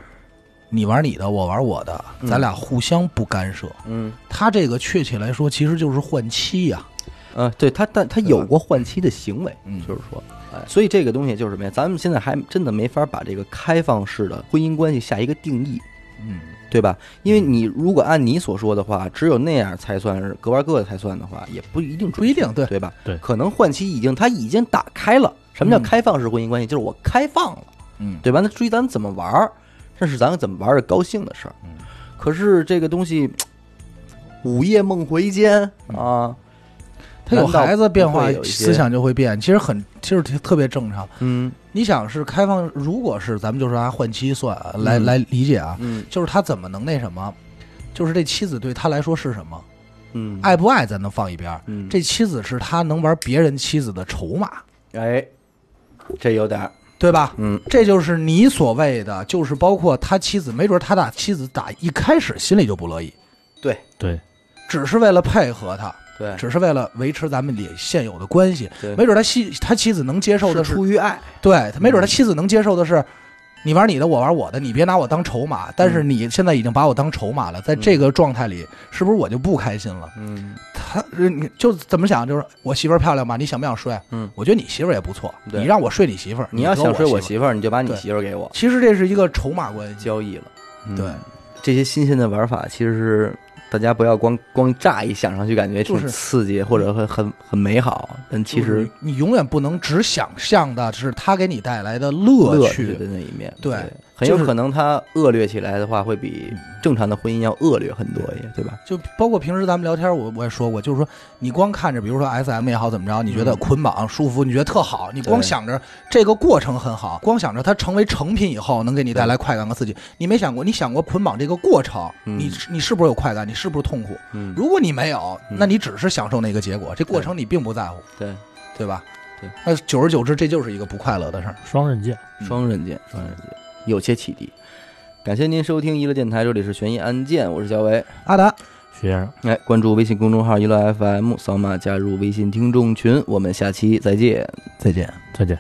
[SPEAKER 2] 你玩你的，我玩我的，
[SPEAKER 1] 嗯
[SPEAKER 2] 咱俩互相不干涉。
[SPEAKER 1] 嗯，
[SPEAKER 2] 他这个确切来说，其实就是换妻呀、
[SPEAKER 1] 呃，对他，但他有过换妻的行为，
[SPEAKER 2] 嗯
[SPEAKER 1] 就是说，哎，所以这个东西就是什么呀？咱们现在还真的没法把这个开放式的婚姻关系下一个定义，
[SPEAKER 2] 嗯，
[SPEAKER 1] 对吧？因为你如果按你所说的话，只有那样才算是各玩各的才算的话，也不一定
[SPEAKER 2] 不
[SPEAKER 1] 准
[SPEAKER 2] 一
[SPEAKER 1] 确，
[SPEAKER 2] 定对。
[SPEAKER 1] 对吧？
[SPEAKER 3] 对
[SPEAKER 1] 可能换妻已经他已经打开了。什么叫
[SPEAKER 2] 嗯
[SPEAKER 1] 开放式婚姻关系？就是我开放了。
[SPEAKER 2] 嗯，
[SPEAKER 1] 对吧？那至于咱怎么玩儿，那是咱怎么玩儿的高兴的事儿
[SPEAKER 2] 嗯。
[SPEAKER 1] 可是这个东西，午夜梦回间啊，
[SPEAKER 2] 他嗯有孩子变化
[SPEAKER 1] 难道不会有，一些
[SPEAKER 2] 思想就会变，其实很其实特别正常。
[SPEAKER 1] 嗯
[SPEAKER 2] 你想是开放，如果是咱们就是按换妻算啊来、
[SPEAKER 1] 嗯
[SPEAKER 2] 来理解啊，
[SPEAKER 1] 嗯
[SPEAKER 2] 就是他怎么能那什么？就是这妻子对他来说是什么？
[SPEAKER 1] 嗯，
[SPEAKER 2] 爱不爱咱能放一边儿，
[SPEAKER 1] 嗯
[SPEAKER 2] 这妻子是他能玩别人妻子的筹码，
[SPEAKER 1] 哎，这有点儿
[SPEAKER 2] 对吧？
[SPEAKER 1] 嗯
[SPEAKER 2] 这就是你所谓的，就是包括他妻子，没准他打妻子打一开始心里就不乐意，
[SPEAKER 3] 对，
[SPEAKER 2] 只是为了配合他，
[SPEAKER 1] 对，
[SPEAKER 2] 只是为了维持咱们里现有的关系。
[SPEAKER 1] 对
[SPEAKER 2] 没准他妻他妻子能接受的
[SPEAKER 1] 是
[SPEAKER 2] 是，
[SPEAKER 1] 出于爱，
[SPEAKER 2] 对他没
[SPEAKER 1] 嗯
[SPEAKER 2] 准他妻子能接受的是，你玩你的，我玩我的，你别拿我当筹码。但
[SPEAKER 1] 嗯
[SPEAKER 2] 是你现在已经把我当筹码了，在这个状态里，是不是我就不开心了？
[SPEAKER 1] 嗯
[SPEAKER 2] 他呃你就怎么想？就是我媳妇儿漂亮吧？你想不想睡？
[SPEAKER 1] 嗯，
[SPEAKER 2] 我觉得你媳妇儿也不错，
[SPEAKER 1] 对
[SPEAKER 2] 你让我睡你媳妇儿，
[SPEAKER 1] 你要想睡
[SPEAKER 2] 我
[SPEAKER 1] 我媳妇儿，你就把你
[SPEAKER 2] 对
[SPEAKER 1] 媳妇儿给我
[SPEAKER 2] 妇儿，其实这是一个筹码关系。
[SPEAKER 1] 交易了，嗯
[SPEAKER 2] 对，
[SPEAKER 1] 这些新鲜的玩法其实是。大家不要光光乍一想上去感觉挺
[SPEAKER 2] 就是
[SPEAKER 1] 刺激，或者很很很美好，但其
[SPEAKER 2] 就是
[SPEAKER 1] 实
[SPEAKER 2] 你永远不能只想象的是他给你带来的乐
[SPEAKER 1] 趣
[SPEAKER 2] 趣。
[SPEAKER 1] 的那一面。
[SPEAKER 2] 对
[SPEAKER 1] 很
[SPEAKER 2] 就
[SPEAKER 1] 有
[SPEAKER 2] 是
[SPEAKER 1] 可能他恶劣起来的话，会比正常的婚姻要恶劣很多一嗯些，对吧？
[SPEAKER 2] 就包括平时咱们聊天，我我也说过，就是说你光看着，比如说 S M 也好怎么着，你觉得捆绑束缚，你觉得特好，你光
[SPEAKER 1] 嗯对
[SPEAKER 2] 想着这个过程很好，光想着它成为成品以后能给你带来快感和刺激，你没想过，你想过捆绑这个过程，
[SPEAKER 1] 嗯
[SPEAKER 2] 你你是不是有快感，你是不是痛苦？
[SPEAKER 1] 嗯，
[SPEAKER 2] 如果你没有，
[SPEAKER 1] 嗯
[SPEAKER 2] 那你只是享受那个结果，这过程你并不在乎，
[SPEAKER 1] 对，
[SPEAKER 2] 对吧？
[SPEAKER 1] 对，
[SPEAKER 2] 那久而久之，这就是一个不快乐的事儿。
[SPEAKER 3] 双刃剑。
[SPEAKER 1] 双刃剑，嗯双刃剑，有些启迪。感谢您收听娱乐电台，这里是悬疑案件，我是小伟。
[SPEAKER 2] 阿达，
[SPEAKER 3] 薛先生，
[SPEAKER 1] 来关注微信公众号“娱乐 FM”，扫码加入微信听众群，我们下期再见。
[SPEAKER 2] 再见。
[SPEAKER 3] 再见。